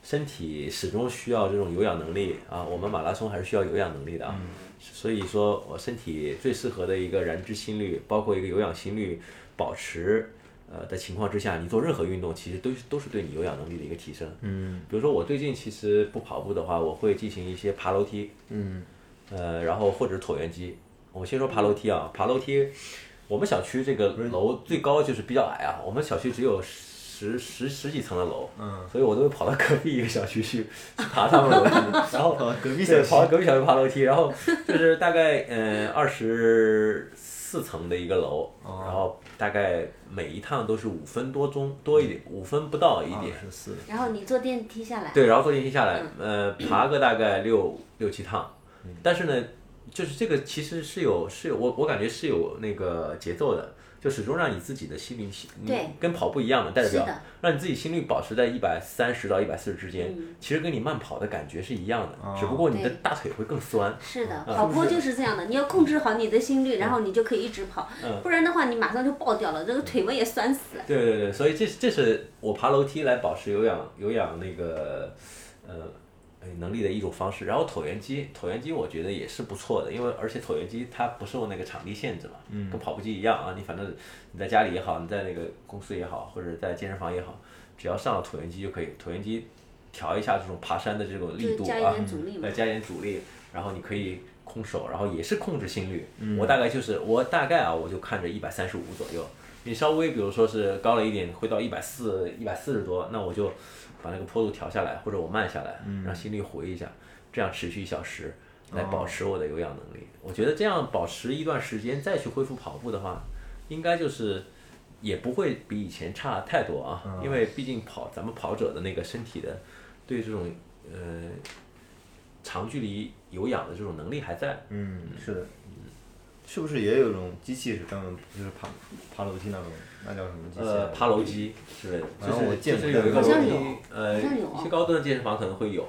身体始终需要这种有氧能力啊，我们马拉松还是需要有氧能力的啊。所以说我身体最适合的一个燃脂心率，包括一个有氧心率保持。呃的情况之下，你做任何运动，其实都是都是对你有氧能力的一个提升。
嗯
比如说我最近其实不跑步的话，我会进行一些爬楼梯，
嗯
呃，然后或者是椭圆机。我先说爬楼梯啊，爬楼梯，我们小区这个楼最高就是比较矮啊，我们小区只有十十十几层的楼，
嗯，
所以我都会跑到隔壁一个小区去去爬他们楼梯， 然后
哦隔壁小
对，
区
跑到隔壁小区爬楼梯，然后就是大概嗯二十四层的一个楼，
哦
然后大概每一趟都是五分多钟多一点，五分不到一点，
十四，
然后你坐电梯下来，
对，然后坐电梯下来，
嗯
呃，爬个大概六六七趟，
嗯
但是呢，就是这个其实是有是有我我感觉是有那个节奏的，就始终让你自己的心率心，你
对
跟跑步一样的，代
是
表
的
让你自己心率保持在一百三十到一百四十之间
嗯，
其实跟你慢跑的感觉是一样的
哦，
只不过你的
对
大腿会更酸。
是的，
嗯
跑坡就是这样的，你要控制好你的心率，然后你就可以一直跑，
嗯
不然的话你马上就爆掉了，这个腿们也酸死了。
对对对，所以这这是我爬楼梯来保持有氧有氧那个呃哎能力的一种方式。然后椭圆机，椭圆机我觉得也是不错的，因为而且椭圆机它不受那个场地限制嘛，跟跑步机一样啊，你反正你在家里也好，你在那个公司也好，或者在健身房也好，只要上了椭圆机就可以，椭圆机调一下这种爬山的这种力
就
度啊，
加一点阻力嘛
再加一点阻力，然后你可以空手，然后也是控制心率。我大概就是我大概啊，我就看着一百三十五左右。你稍微比如说是高了一点，会到一百四、一百四十多，那我就把那个坡度调下来，或者我慢下来，让心率回一下，这样持续一小时。来保持我的有氧能力，我觉得这样保持一段时间再去恢复跑步的话，应该就是也不会比以前差太多啊，
嗯
因为毕竟跑咱们跑者的那个身体的对这种呃长距离有氧的这种能力还在。
嗯，是的，是不是也有一种机器是专门就是爬爬楼梯那种，那叫什么机器啊
呃，
来着？
爬楼机之类的，
反
就
正我
是就
见
是
过
有一个
好
楼
像嗯
机
有，
呃，
好像有
一些高端的健身房可能会有，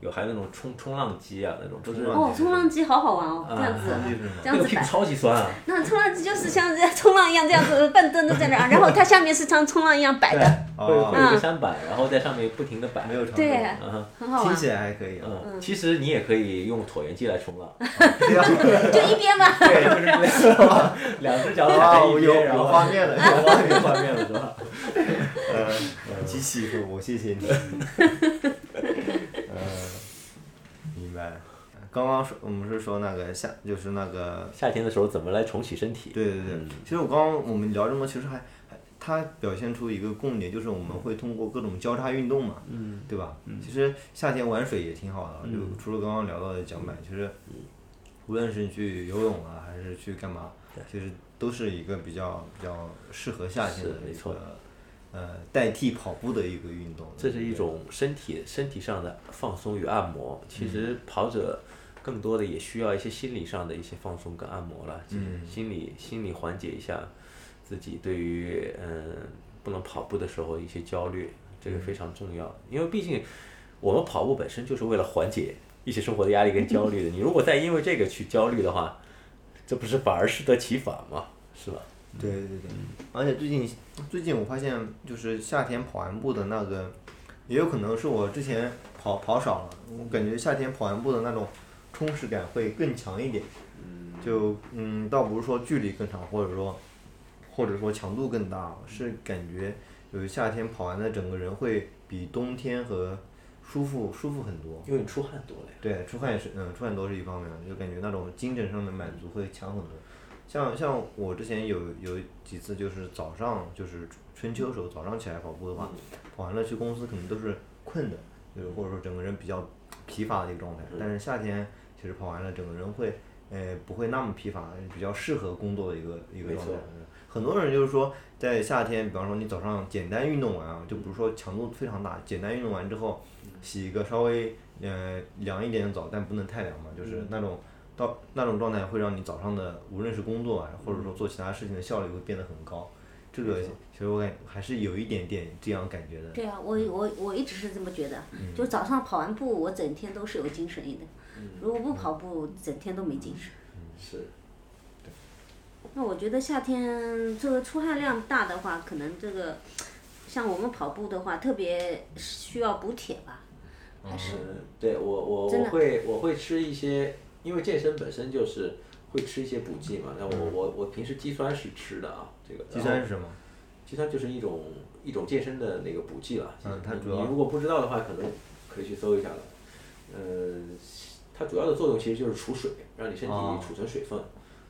有还有那种冲冲浪机啊那种，都是
冲浪
哦，冲浪机好好玩哦，这样子
冲
啊
浪机是吗，
这
那
样
个
子
屁股
摆。
超级酸啊，
那冲浪机就是像人家冲浪一样这样子半蹲着在那儿，然后它下面是像冲浪一样摆的，
会会有
哦，
一个山板，然后在上面不停的摆
没。有尝试
对
过，，
嗯
很好
听
玩，
起来还可以 啊。
嗯，其实你也可以用椭圆机来冲 浪，
就一边吧。
对，就是两两只脚踩
哇
在
我
一
有
边，然后
有画面了，
有画面有画面了是吧？
呃，机器说：“我谢 谢你。”呃，明白了。刚刚说我们是说那个夏，就是那个
夏天的时候怎么来重启身体？
对对对，其实我刚刚我们聊这么，其实还还它表现出一个共点，就是我们会通过各种交叉运动嘛，嗯，
嗯
对吧？其实夏天玩水也挺好的，就除了刚刚聊到的桨板，其实无论是去游泳啊，还是去干嘛
对，
其实都是一个比较比较适合夏天的
是没
一
错
个呃代替跑步的一个运动。
这是一种身体身体上的放松与按摩。其实跑者更多的也需要一些心理上的一些放松跟按摩了，就是心理心理缓解一下自己对于嗯不能跑步的时候一些焦虑，这个非常重要。因为毕竟我们跑步本身就是为了缓解一些生活的压力跟焦虑的。你如果再因为这个去焦虑的话，这不是反而适得其反吗？是吧？
对对对，而且最近最近我发现，就是夏天跑完步的那个，也有可能是我之前跑跑少了，我感觉夏天跑完步的那种充实感会更强一点。就嗯，倒不是说距离更长，或者说或者说强度更大，是感觉有夏天跑完的整个人会比冬天和舒服舒服很多。
因为你出汗多了呀。
对，出汗也是，嗯，出汗多是一方面，就感觉那种精神上的满足会强很多。像像我之前有有几次就是早上就是春秋时候早上起来跑步的话，
嗯
跑完了去公司可能都是困的，就是或者说整个人比较疲乏的一个状态。
嗯
但是夏天其实跑完了整个人会，呃，不会那么疲乏，比较适合工作的一个一个
没
状态
错。
很多人就是说，在夏天，比方说你早上简单运动完啊，就不是说强度非常大，简单运动完之后，
嗯
洗一个稍微呃凉一点的澡，但不能太凉嘛，
嗯
就是那种到那种状态会让你早上的无论是工作啊，或者
嗯
说做其他事情的效率会变得很高。这个其实我感还是有一点点这样感觉的。
对啊，我我我一直是这么觉得，就早上跑完步，我整天都是有精神的。如果不跑步，整天都没精神。
是，
那我觉得夏天这个出汗量大的话，可能这个像我们跑步的话，特别需要补铁吧，还是
嗯，对我我
真
我
的
会我会吃一些，因为健身本身就是会吃一些补剂嘛。那我我我平时肌酸是吃的啊，这个
嗯肌酸
然
是
后
什么？
肌酸就是一种一种健身的那个补剂了。
嗯它
你
主要
你如果不知道的话，可能可以去搜一下了。呃，它主要的作用其实就是储水，让你身体
哦
储存水分，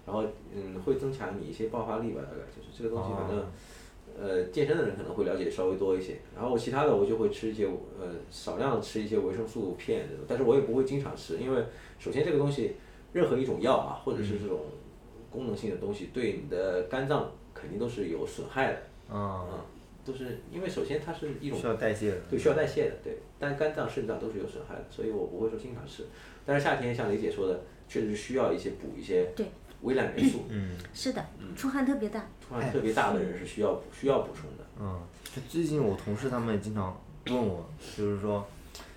然后嗯会增强你一些爆发力吧，大概就是这个东西，反正。
哦
呃，健身的人可能会了解稍微多一些，然后我其他的我就会吃一些呃少量地吃一些维生素片这种，但是我也不会经常吃，因为首先这个东西，任何一种药啊，或者
嗯
是这种功能性的东西，对你的肝脏肯定都是有损害的，
啊，
嗯，都是因为首先它是一种
需要代谢的。
对，需要代谢的，对。但肝脏、肾脏都是有损害的，所以我不会说经常吃。但是夏天像雷姐说的，确实需要一些补一些
对
微量元素，
嗯
是的，出汗特别大。
突然特别大的人是需要补需要补充的。
嗯，就最近我同事他们也经常问我，就是说，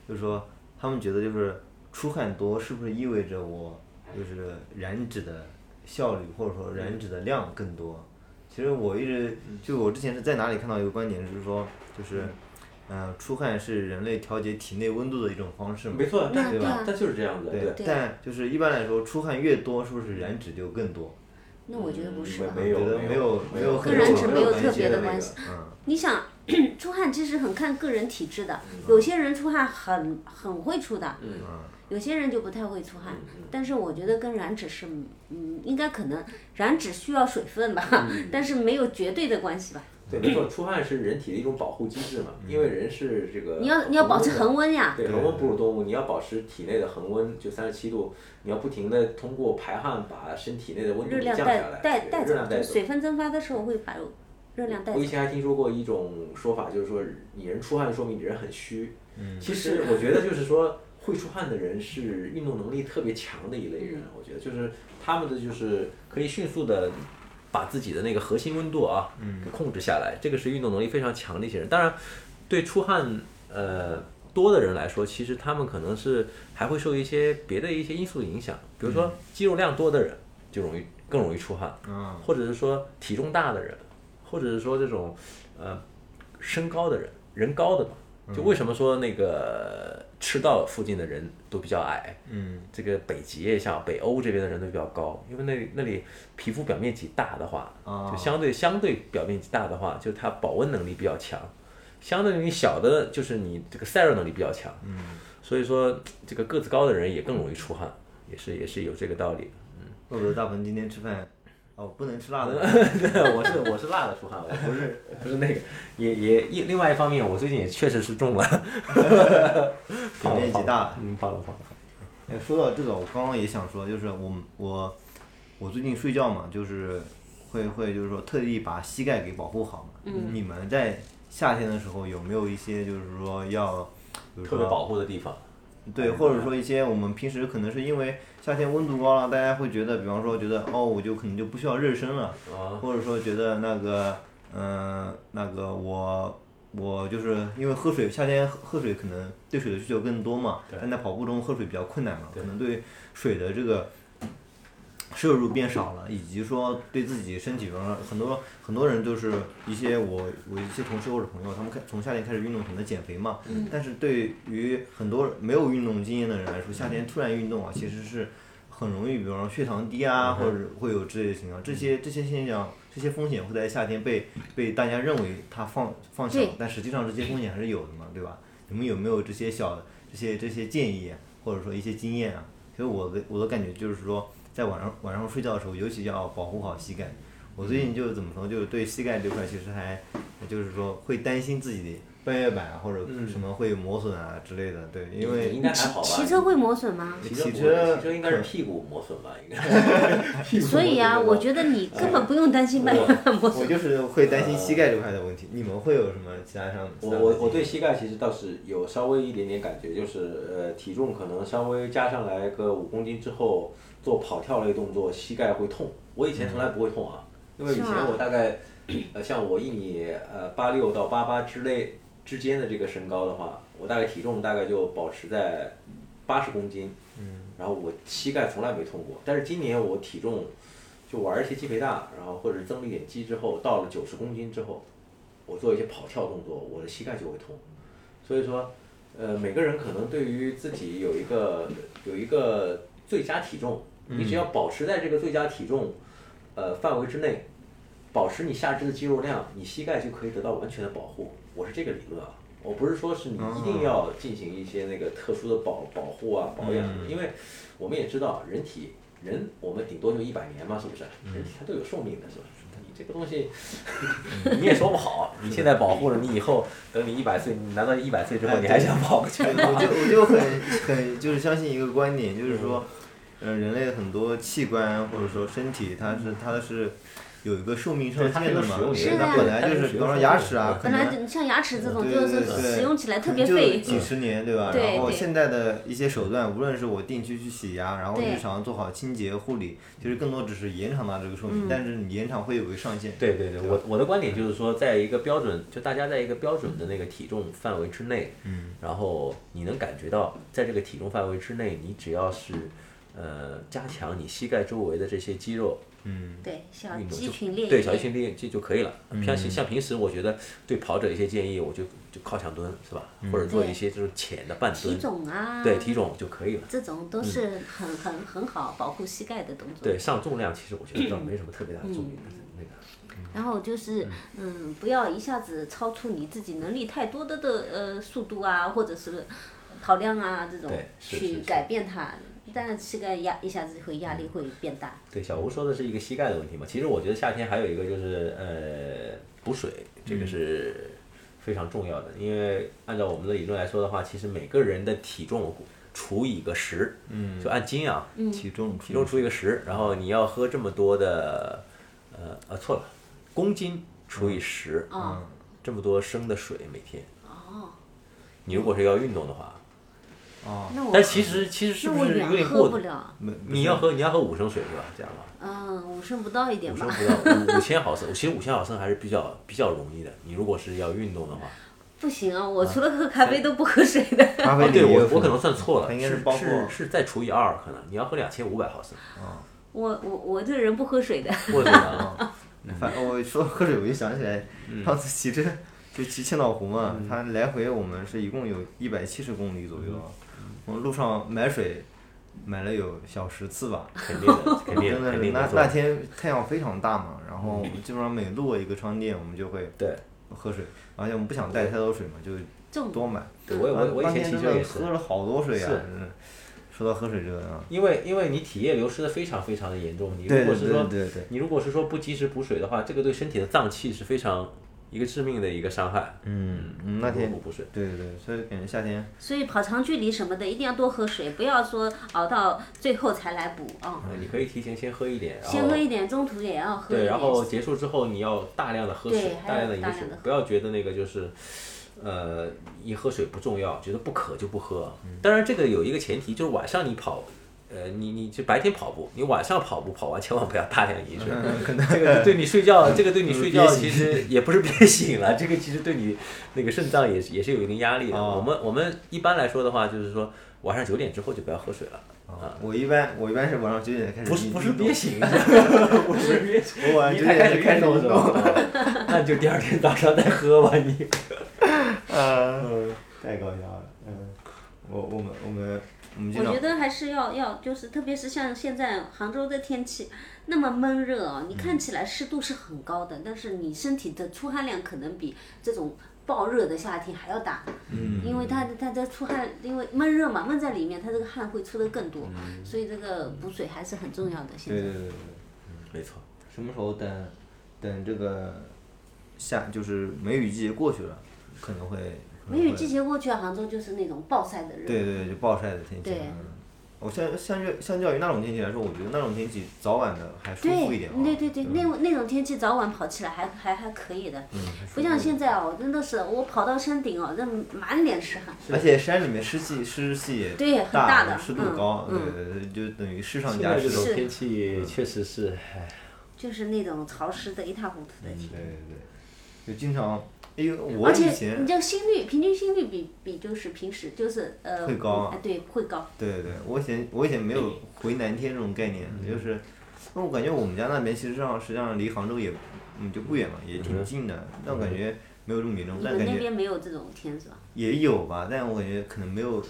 就是说他们觉得就是出汗多是不是意味着我就是燃脂的效率或者说燃脂的量更多？其实我一直
嗯
就我之前是在哪里看到一个观点，就是说就是。嗯，出汗是人类调节体内温度的一种方式嘛？
没错，啊但
嗯对吧？
但就是这样的，
对，但就是一般来说，出汗越多，是不是燃脂就更多？
那我觉得不是吧？
嗯
啊
没有
觉得
没
没
有
没有
跟
很
燃
有
脂
没
没有
有
特别
的
的
那
关
个
系
嗯，
你想出汗其实很看个人体质的，
嗯
有些人出汗很很会出的，
嗯
有些人就不太会出汗。
嗯
但是我觉得跟燃脂是，嗯，应该可能燃脂需要水分吧，
嗯
但是没有绝对的关系吧。
对，没错，出汗是人体的一种保护机制嘛，
嗯
因为人是这个
你要你要保持恒温呀，
对，恒温哺乳动物，你要保持体内的恒温，就三十七度，你要不停的通过排汗把身体内的温度
热
给降
量
下
带
来，
带
对
带
热
走
量，带
就
走。
水分蒸发的时候会把热量带
我
走
以。前还听说过一种说法，就是说你人出汗说明你人很虚。嗯，其实我觉得就是说会出汗的人是运动能力特别强的一类人，我觉得就是他们的就是可以迅速的把自己的那个核心温度啊，给控制下来，这个是运动能力非常强的一些人。当然，对出汗呃多的人来说，其实他们可能是还会受一些别的一些因素影响，比如说肌肉量多的人就容易更容易出汗，
嗯
或者是说体重大的人，或者是说这种呃身高的人，人高的嘛，就为什么说那个赤道附近的人都比较矮，
嗯，
这个北极也像北欧这边的人都比较高，因为那里那里皮肤表面积大的话，
哦
就相对相对表面积大的话，就是它保温能力比较强，相对于小的，就是你这个散热能力比较强，嗯，所以说这个个子高的人也更容易出汗，也是也是有这个道理的。
怪不得大鹏今天吃饭，哦，不能吃辣 的。
我是我是辣的出汗，我不是我不是那个，也也一另外一方 面，我最近也确实是中了，
体内极大
嗯，胖了胖了。
哎，说到这个，我刚刚也想说，就是我我我最近睡觉嘛，就是会会就是说特地把膝盖给保护好嘛。
嗯
你们在夏天的时候有没有一些就是说要，比如
特别
说
保护的地方。
对，或者说一些我们平时可能是因为夏天温度高了，大家会觉得，比方说觉得哦，我就可能就不需要热身了，
啊，
或者说觉得那个，嗯、那个我我就是因为喝水，夏天喝喝水可能对水的需求更多嘛，
对
但在跑步中喝水比较困难嘛，
对
可能对水的这个摄入变少了，以及说对自己身体上很多很多人就是一些我我一些同事或者朋友，他们开从夏天开始运动，可能减肥嘛，
嗯
但是对于很多没有运动经验的人来说，夏天突然运动啊，其实是很容易，比方说血糖低啊，
嗯
或
哼嗯
者会有之类的情况。这些这些现象，这些风险会在夏天被被大家认为它放放小
对，
但实际上这些风险还是有的嘛，对吧？你们有没有这些小这些这些建议，啊或者说一些经验啊？其实我的我的感觉就是说，在晚上晚上睡觉的时候，尤其要保护好膝盖。我最
嗯
近就是怎么说，就是对膝盖这块其实还，就是说会担心自己的半月板啊或者
嗯
什么会磨损啊之类的。对，因为
应该还好吧？
骑车会磨损吗？
骑车不
骑
会
车
骑车应该是
可
屁股磨损吧？应该。 屁股
所以啊，
磨
我
损
觉得你根本不用担
哎
心半月板磨
我
损。
就是会担心膝盖这块的问题。你们会有什么其他上？其
我
他的
我我
建
对
议
膝盖其实倒是有稍微一点点感觉，就是呃体重可能稍微加上来个五公斤之后，做跑跳类动作膝盖会痛。我以前从来不会痛啊，因为以前
是吗
我大概呃像我一米呃八六到八八之类之间的这个身高的话，我大概体重大概就保持在八十公斤，然后我膝盖从来没痛过。但是今年我体重就玩一些肌肥大，然后或者是增了一点肌之后，到了九十公斤之后，我做一些跑跳动作，我的膝盖就会痛。所以说，呃，每个人可能对于自己有一个有一个最佳体重，你只要保持在这个最佳体重呃范围之内，保持你下肢的肌肉量，你膝盖就可以得到完全的保护。我是这个理论啊，我不是说是你一定要进行一些那个特殊的保保护啊、保养，因为我们也知道人体人我们顶多就一百年嘛，是不是？人体它都有寿命的，是吧？你这个东 西你也说不好，你现在保护了，你以后等你一百岁，你难道一百岁之后
哎
你还
对
想跑个圈
对我就我就很很就是相信一个观点，就是说，
嗯
呃，人类很多器官或者说身体，它是它是有一个寿命上
对它是
限的
一个
嘛
使用，
年
它
是
本
的
来就是，
它是
比方
一个使
说
用
牙
年
齿啊，可
本来
能
就像牙齿这种，
对
就
对
是
对对
使用起来特别
就
费。
几十年对吧？
对
然后
对
现在的一些手段，无论是我定期去洗牙，然后
对
日常做好清洁护理，其实更多只是延长它这个寿命，但是你延长会有个上限。
嗯对对对， 我我的观点就是说，在一个标准，就大家在一个标准的那个体重范围之内，
嗯，
然后你能感觉到，在这个体重范围之内，你只要是呃加强你膝盖周围的这些肌肉
嗯，
对，小
运动
肌
就
群练一
对小肌
练。
群练这就可以了。像像平时我觉得对跑者一些建议，我就就靠墙蹲是吧，或者做一些这种浅的半
体
蹲，
肿啊，
对体重就可以了。
这种都是很很很好保护膝盖的动作。
对上重量，其实我觉得倒没什么特别大的作用。
嗯
那个
然后就是，嗯，不要一下子超出你自己能力太多的的呃速度啊，或者是跑量啊这种
对是是
去
是
改变它，但膝盖压一下子会压力会变大。
对，小吴说的是一个膝盖的问题嘛。其实我觉得夏天还有一个就是呃补水，这个是非常重要的，因为按照我们的理论来说的话，其实每个人的体重除以个十，嗯，就按斤啊，
体重
体重除以个十，然后你要喝这么多的，呃呃错了，公斤除以十，
哦
这么多升的水每天，
哦，
你如果是要运动的话，
啊，
那我
但其实其实是
那
不
我
是
远
有点
喝
过
不
度？
了，
没
你要喝你要喝五升水是吧？这样吧。
嗯，五升不到一点
五升
吧。
不到五五千毫升，其实五千毫升还是比较比较容易的。你如果是要运动的话，
不行啊，我除了喝咖啡都不喝水的。
咖啡
啊，
里
对
也
我
有
我可
什
能
么
算错了，
它应该是
是
包括
是是再除以二，可能你要喝两千五百毫升，
我我我这人不喝水的，
或者呢
啊
嗯
反我说喝水，我就想起来上次骑车就骑千岛湖嘛，
嗯
它来回我们是一共有一百七十公里左右啊，
嗯
我们路上买水买了有小十次吧，
肯定 的，肯定
真的
肯
是
定
那
没错
那天太阳非常大嘛，然后我们基本上每路过一个商店，我们就会
对
喝水，而且我们不想带太多水嘛，就
重
多买。
嗯对，我我我以
当天
前骑
真
车也
的
是
喝，了好多水呀、啊
是
真的说到喝水这个啊，
因为因为你体液流失的非常非常的严重，你
对对
如果是
对
说
对对，
你如果是说不及时补水的话，这个对身体的脏器是非常一个致命的一个伤害。
嗯，嗯那天
我不是
对对对，所以感觉夏天
所以跑长距离什么的，一定要多喝水，不要说熬到最后才来补啊、
呃你可以提前先喝一点，然后
先喝一点，中途也要喝一
对，
点。
然后结束之后你要大量的喝
对
水，
还
大
要
量的饮
大量
水
地喝，
不要觉得那个就是，呃，一喝水不重要，觉得不渴就不喝。
嗯
当然，这个有一个前提，就是晚上你跑。呃，你你就白天跑步，你晚上跑步跑完千万不要大量 饮水，这个对你睡觉， 这个对你睡觉
憋醒
其实也不是憋醒了，这个其实对你那个肾脏也是也是有一定压力的。
哦
我们我们一般来说的话，就是说晚上九点之后就不要喝水了，
啊，我一般我一般是晚上九点开始
不是
运
不是
运动
憋 醒，不是憋醒。
我晚
你
上九
才
点
开始
开
开
始
始运
运
动
动，
那你就第二天早上再喝吧 你。
嗯，太搞笑了，嗯，我我们我们我们经
我
常
觉得还是要要，就是特别是像现在杭州的天气那么闷热啊，你看起来湿度是很高的，但是你身体的出汗量可能比这种暴热的夏天还要大，嗯，因为它它的出汗，因为闷热嘛，闷在里面，它这个汗会出的更多，所以这个补水还是很重要的。现
对
在
对对对，对
没错，
什么时候等等这个夏就是梅雨季节过去了，可能会
梅雨季
节
节过去啊，杭州就是那种暴晒的热，
对对对就暴晒的天气，
对
嗯我相相较相较于那种天气来说，我觉得那种天气早晚的还舒服一点啊，
对对对，
吧
那那种天气早晚跑起来还还还可以的，
嗯还舒服
不像现在哦，真的是我跑到山顶哦，那满脸是汗。
而且山里面湿气湿气也
对很
大
大的
湿度
嗯
高，
嗯
对对对，就等于湿上
现
加
在
湿
这。种
是
天气确实是，唉，
就是那种潮湿的一塌糊涂的
对
天
嗯对对，就经常，因为我
而且
以前
你这个心率，平均心率比比就是平时就是呃，
会高啊
哎对，会高。
对对对，我以前我以前没有回南天这种概念，就是，那我感觉我们家那边其实上实际上离杭州也，嗯就不远嘛，也挺近的，但我感觉没有这么严重，
你
但
们
感
那
觉
边没有这种天是吧？
也有吧，但我感觉可能没有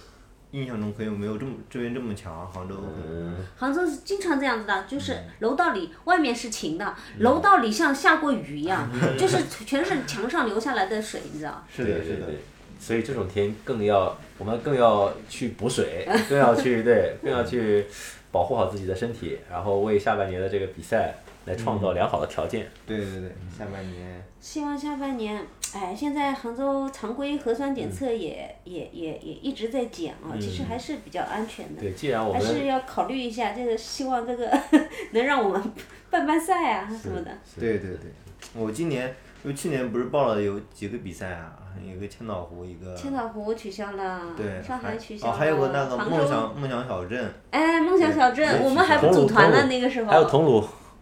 印象中可能没有这么这边这么强，杭州可能
嗯，
杭州是经常这样子的，就是
嗯
楼道里外面是晴的，楼道里像下过雨一 样，就是全是墙上流下来的水，你知道？
是的
对
是的，。
对所以这种天更要，我们更要去补 水，更要去对，更要去保护好自己的身体，然后为下半年的这个比赛来创造良好的条件。
对对对，下半年
希望下半年，哎，现在杭州常规核酸检测也、也也也一直在减啊，其实还是比较安全的。
嗯对，既然我
还是
们
要考虑一下这个，希望这个 能让我们 办办赛啊什么的。
对对对，我今年因为去年不是报了有几个比赛啊，有一个千岛湖，一个
千岛湖取消
啊
了，
对，
上海
还
取消
哦
了，
还有个那个
杭
梦
州，
想梦想小镇，
哎，梦想小
对
镇，
也
我们还
取
不
消
组
了
团
同
了
路
那个时候，
还有桐庐，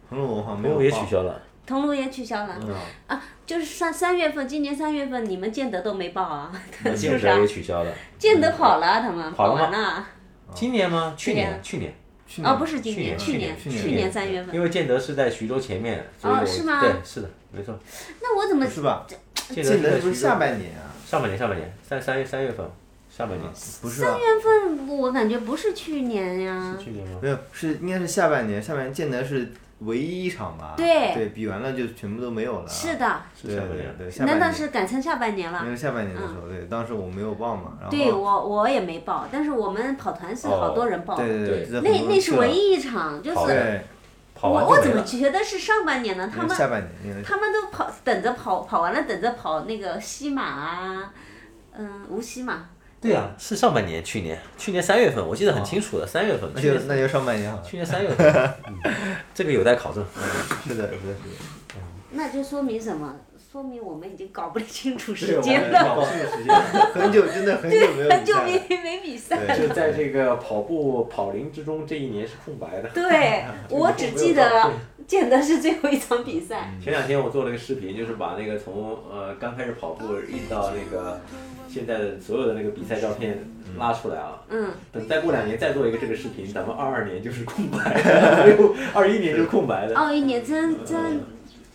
彭总我好像没
桐
有
庐也
报
取消了，
桐庐也取消了。
嗯
啊，就是三三月份，今年三月份你们建德都没报啊， 是不
建
是
德
啊
也？取消了。
建德跑了啊，他们
跑了吗
完了
今年吗？去
对呀
年，去年，
去
啊，
年
不是今
去年
去
去
年
年去
去
年
年三月份。
因为建德是在徐州前面，所以
嗯哦
我
是吗
对，是的，没错。
那我怎么
不是吧？建
建德是
德
在
不是
徐州
下半年啊？
上半年，下半年三三月三月份，下半年
不是啊吧？
三月份我感觉不是去年呀，
去年吗？
没有，是应该是下半年，下半年建德是唯一一场吧？
对
对，比完了就全部都没有了。
是，的，
对
下半
对
年
对，下半
难道
年
是改成下半年了
应？该是下半年的时候，对，当时我没有报嘛，然后哦
对我我也没报，但是我们跑团是好多人报，
对对
对
对，就在
那
杭州
那是
去了
唯一一场，就是
好的
对，
跑
我
完
我
就
怎
没
么
了。
觉得是上半年呢？他
应该嗯
们
是下半年应该是
他们都跑等着跑跑完了，等着跑那个西马啊，嗯，无锡嘛，
对啊，是上半年，去年去年三月份，我记得很清楚的，三月份。
哦那
去
就
年
那就上半年好了。
去年三月份，嗯这个有待考证。
是的，是的，是的。
那就说明什么？说明我们已经搞不清楚
对
时
我们
间
没
了，
搞
哦是时间很久，真的很久没有
很
比
久
赛
没
了。
没比赛。
对，
在这个跑步跑龄之中，这一年是空白的。
对，我只记得建德是最后一场比赛，
前两天我做了个视频，就是把那个从呃刚开始跑步一直到那个现在的所有的那个比赛照片拉出来啊。
嗯，
等再过两年再做一个这个视频，咱们二二年就是空白的，没有二一年就是空白的。
哦，一年真真，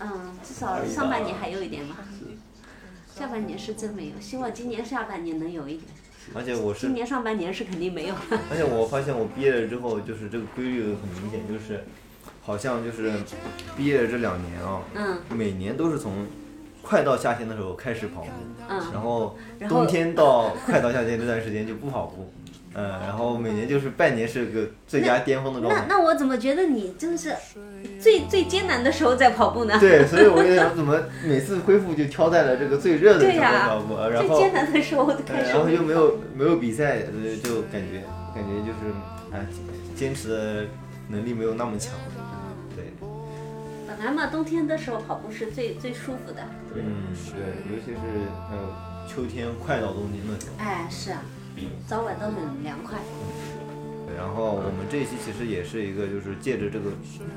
嗯，至少上半年还有一点吧，下半年是真没有，希望今年下半年能有一点，
而且我是
今年上半年是肯定没有了。
而且我发现我毕业了之后，就是这个规律很明显，就是好像就是毕业了这两年啊、
嗯
每年都是从快到夏天的时候开始跑步，然
嗯，
后
然后
冬天到快到夏天这段时间就不跑步，嗯，然后每年就是半年是个最佳巅峰的状
那
态。
那我怎么觉得你真是最最艰难的时候在跑步呢？
对，所以我 就想，怎么每次恢复就挑在了这个最热的时
对
候
呀
跑步，呃然
最
后
艰难的时候
呃
开始
然后就没有没有比赛，呃就感觉感觉就是啊，坚持的能力没有那么强。对，
本来嘛，冬天的时候跑步是最最舒服的。
对，
嗯，对，尤其是呃秋天快到冬天的时候。
哎，是啊，早晚都很凉快。
对然后我们这一期其实也是一个，就是借着这个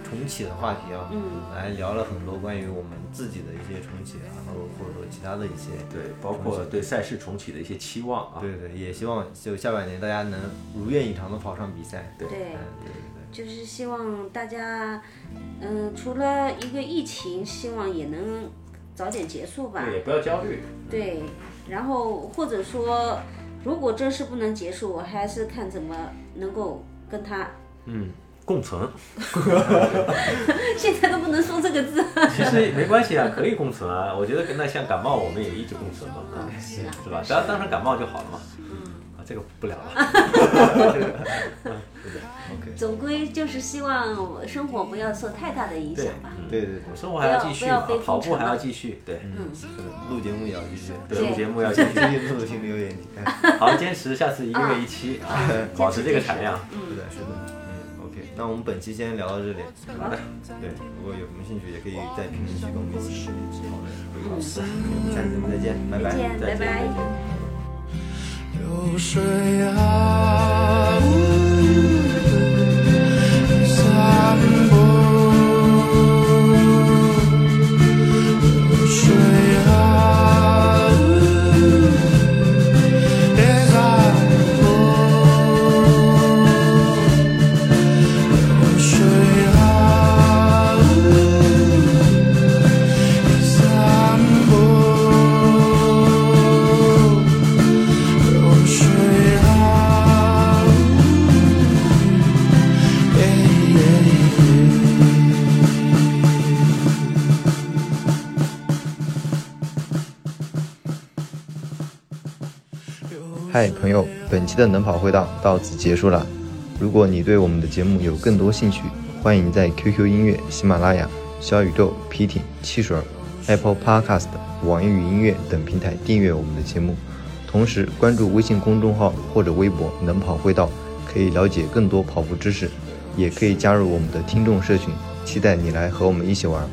重启的话题啊，
嗯，
来聊了很多关于我们自己的一些重启，啊然后或者说其他的一些，
对，包括对赛事重启的一些期望啊。
对对，也希望就下半年大家能如愿以偿的跑上比赛。
对
对
嗯，对对
就是希望大家，嗯、除了一个疫情，希望也能早点结束吧。
对，也不要焦虑。
对，然后或者说，如果真是不能结束，我还是看怎么能够跟他。
嗯，共存，
现在都不能说这个字。
其实没关系啊，可以共存啊。我觉得那像感冒，我们也一直共存嘛，啊
嗯是啊
是吧？只要当成感冒就好了嘛。啊，这个不聊了。
，OK，
总归就是希望我生活不要受太大的影响
对，
吧。
嗯
对对对，
生活还要继
不
续
要
嘛
不要被，
跑
封城
步还要
了
继续，对，
嗯，是的，录节目也要继续，
对，
对
录节目要继续，
继续录心流眼睛。
好好坚持，下次一个月一期啊， 保持这个产量。
是的，是的，嗯，OK，那我们本期先聊到这里。
好的，
对，如果有什么兴趣，也可以在评论区跟我们一起讨论。好的，我们下期节目再见，拜拜，
再见拜拜
再见
流水啊，呜散步。流水啊，呜散步。流水啊，呜散步。流水啊，耶耶耶。
嗨，朋友，本期的能跑会道到此结束了。如果你对我们的节目有更多兴趣，欢迎在 QQ 音乐、喜马拉雅、小宇宙、p t 汽水儿、Apple Podcast、网易云音乐等平台订阅我们的节目，同时关注微信公众号或者微博“能跑会道”，可以了解更多跑步知识，也可以加入我们的听众社群，期待你来和我们一起玩儿。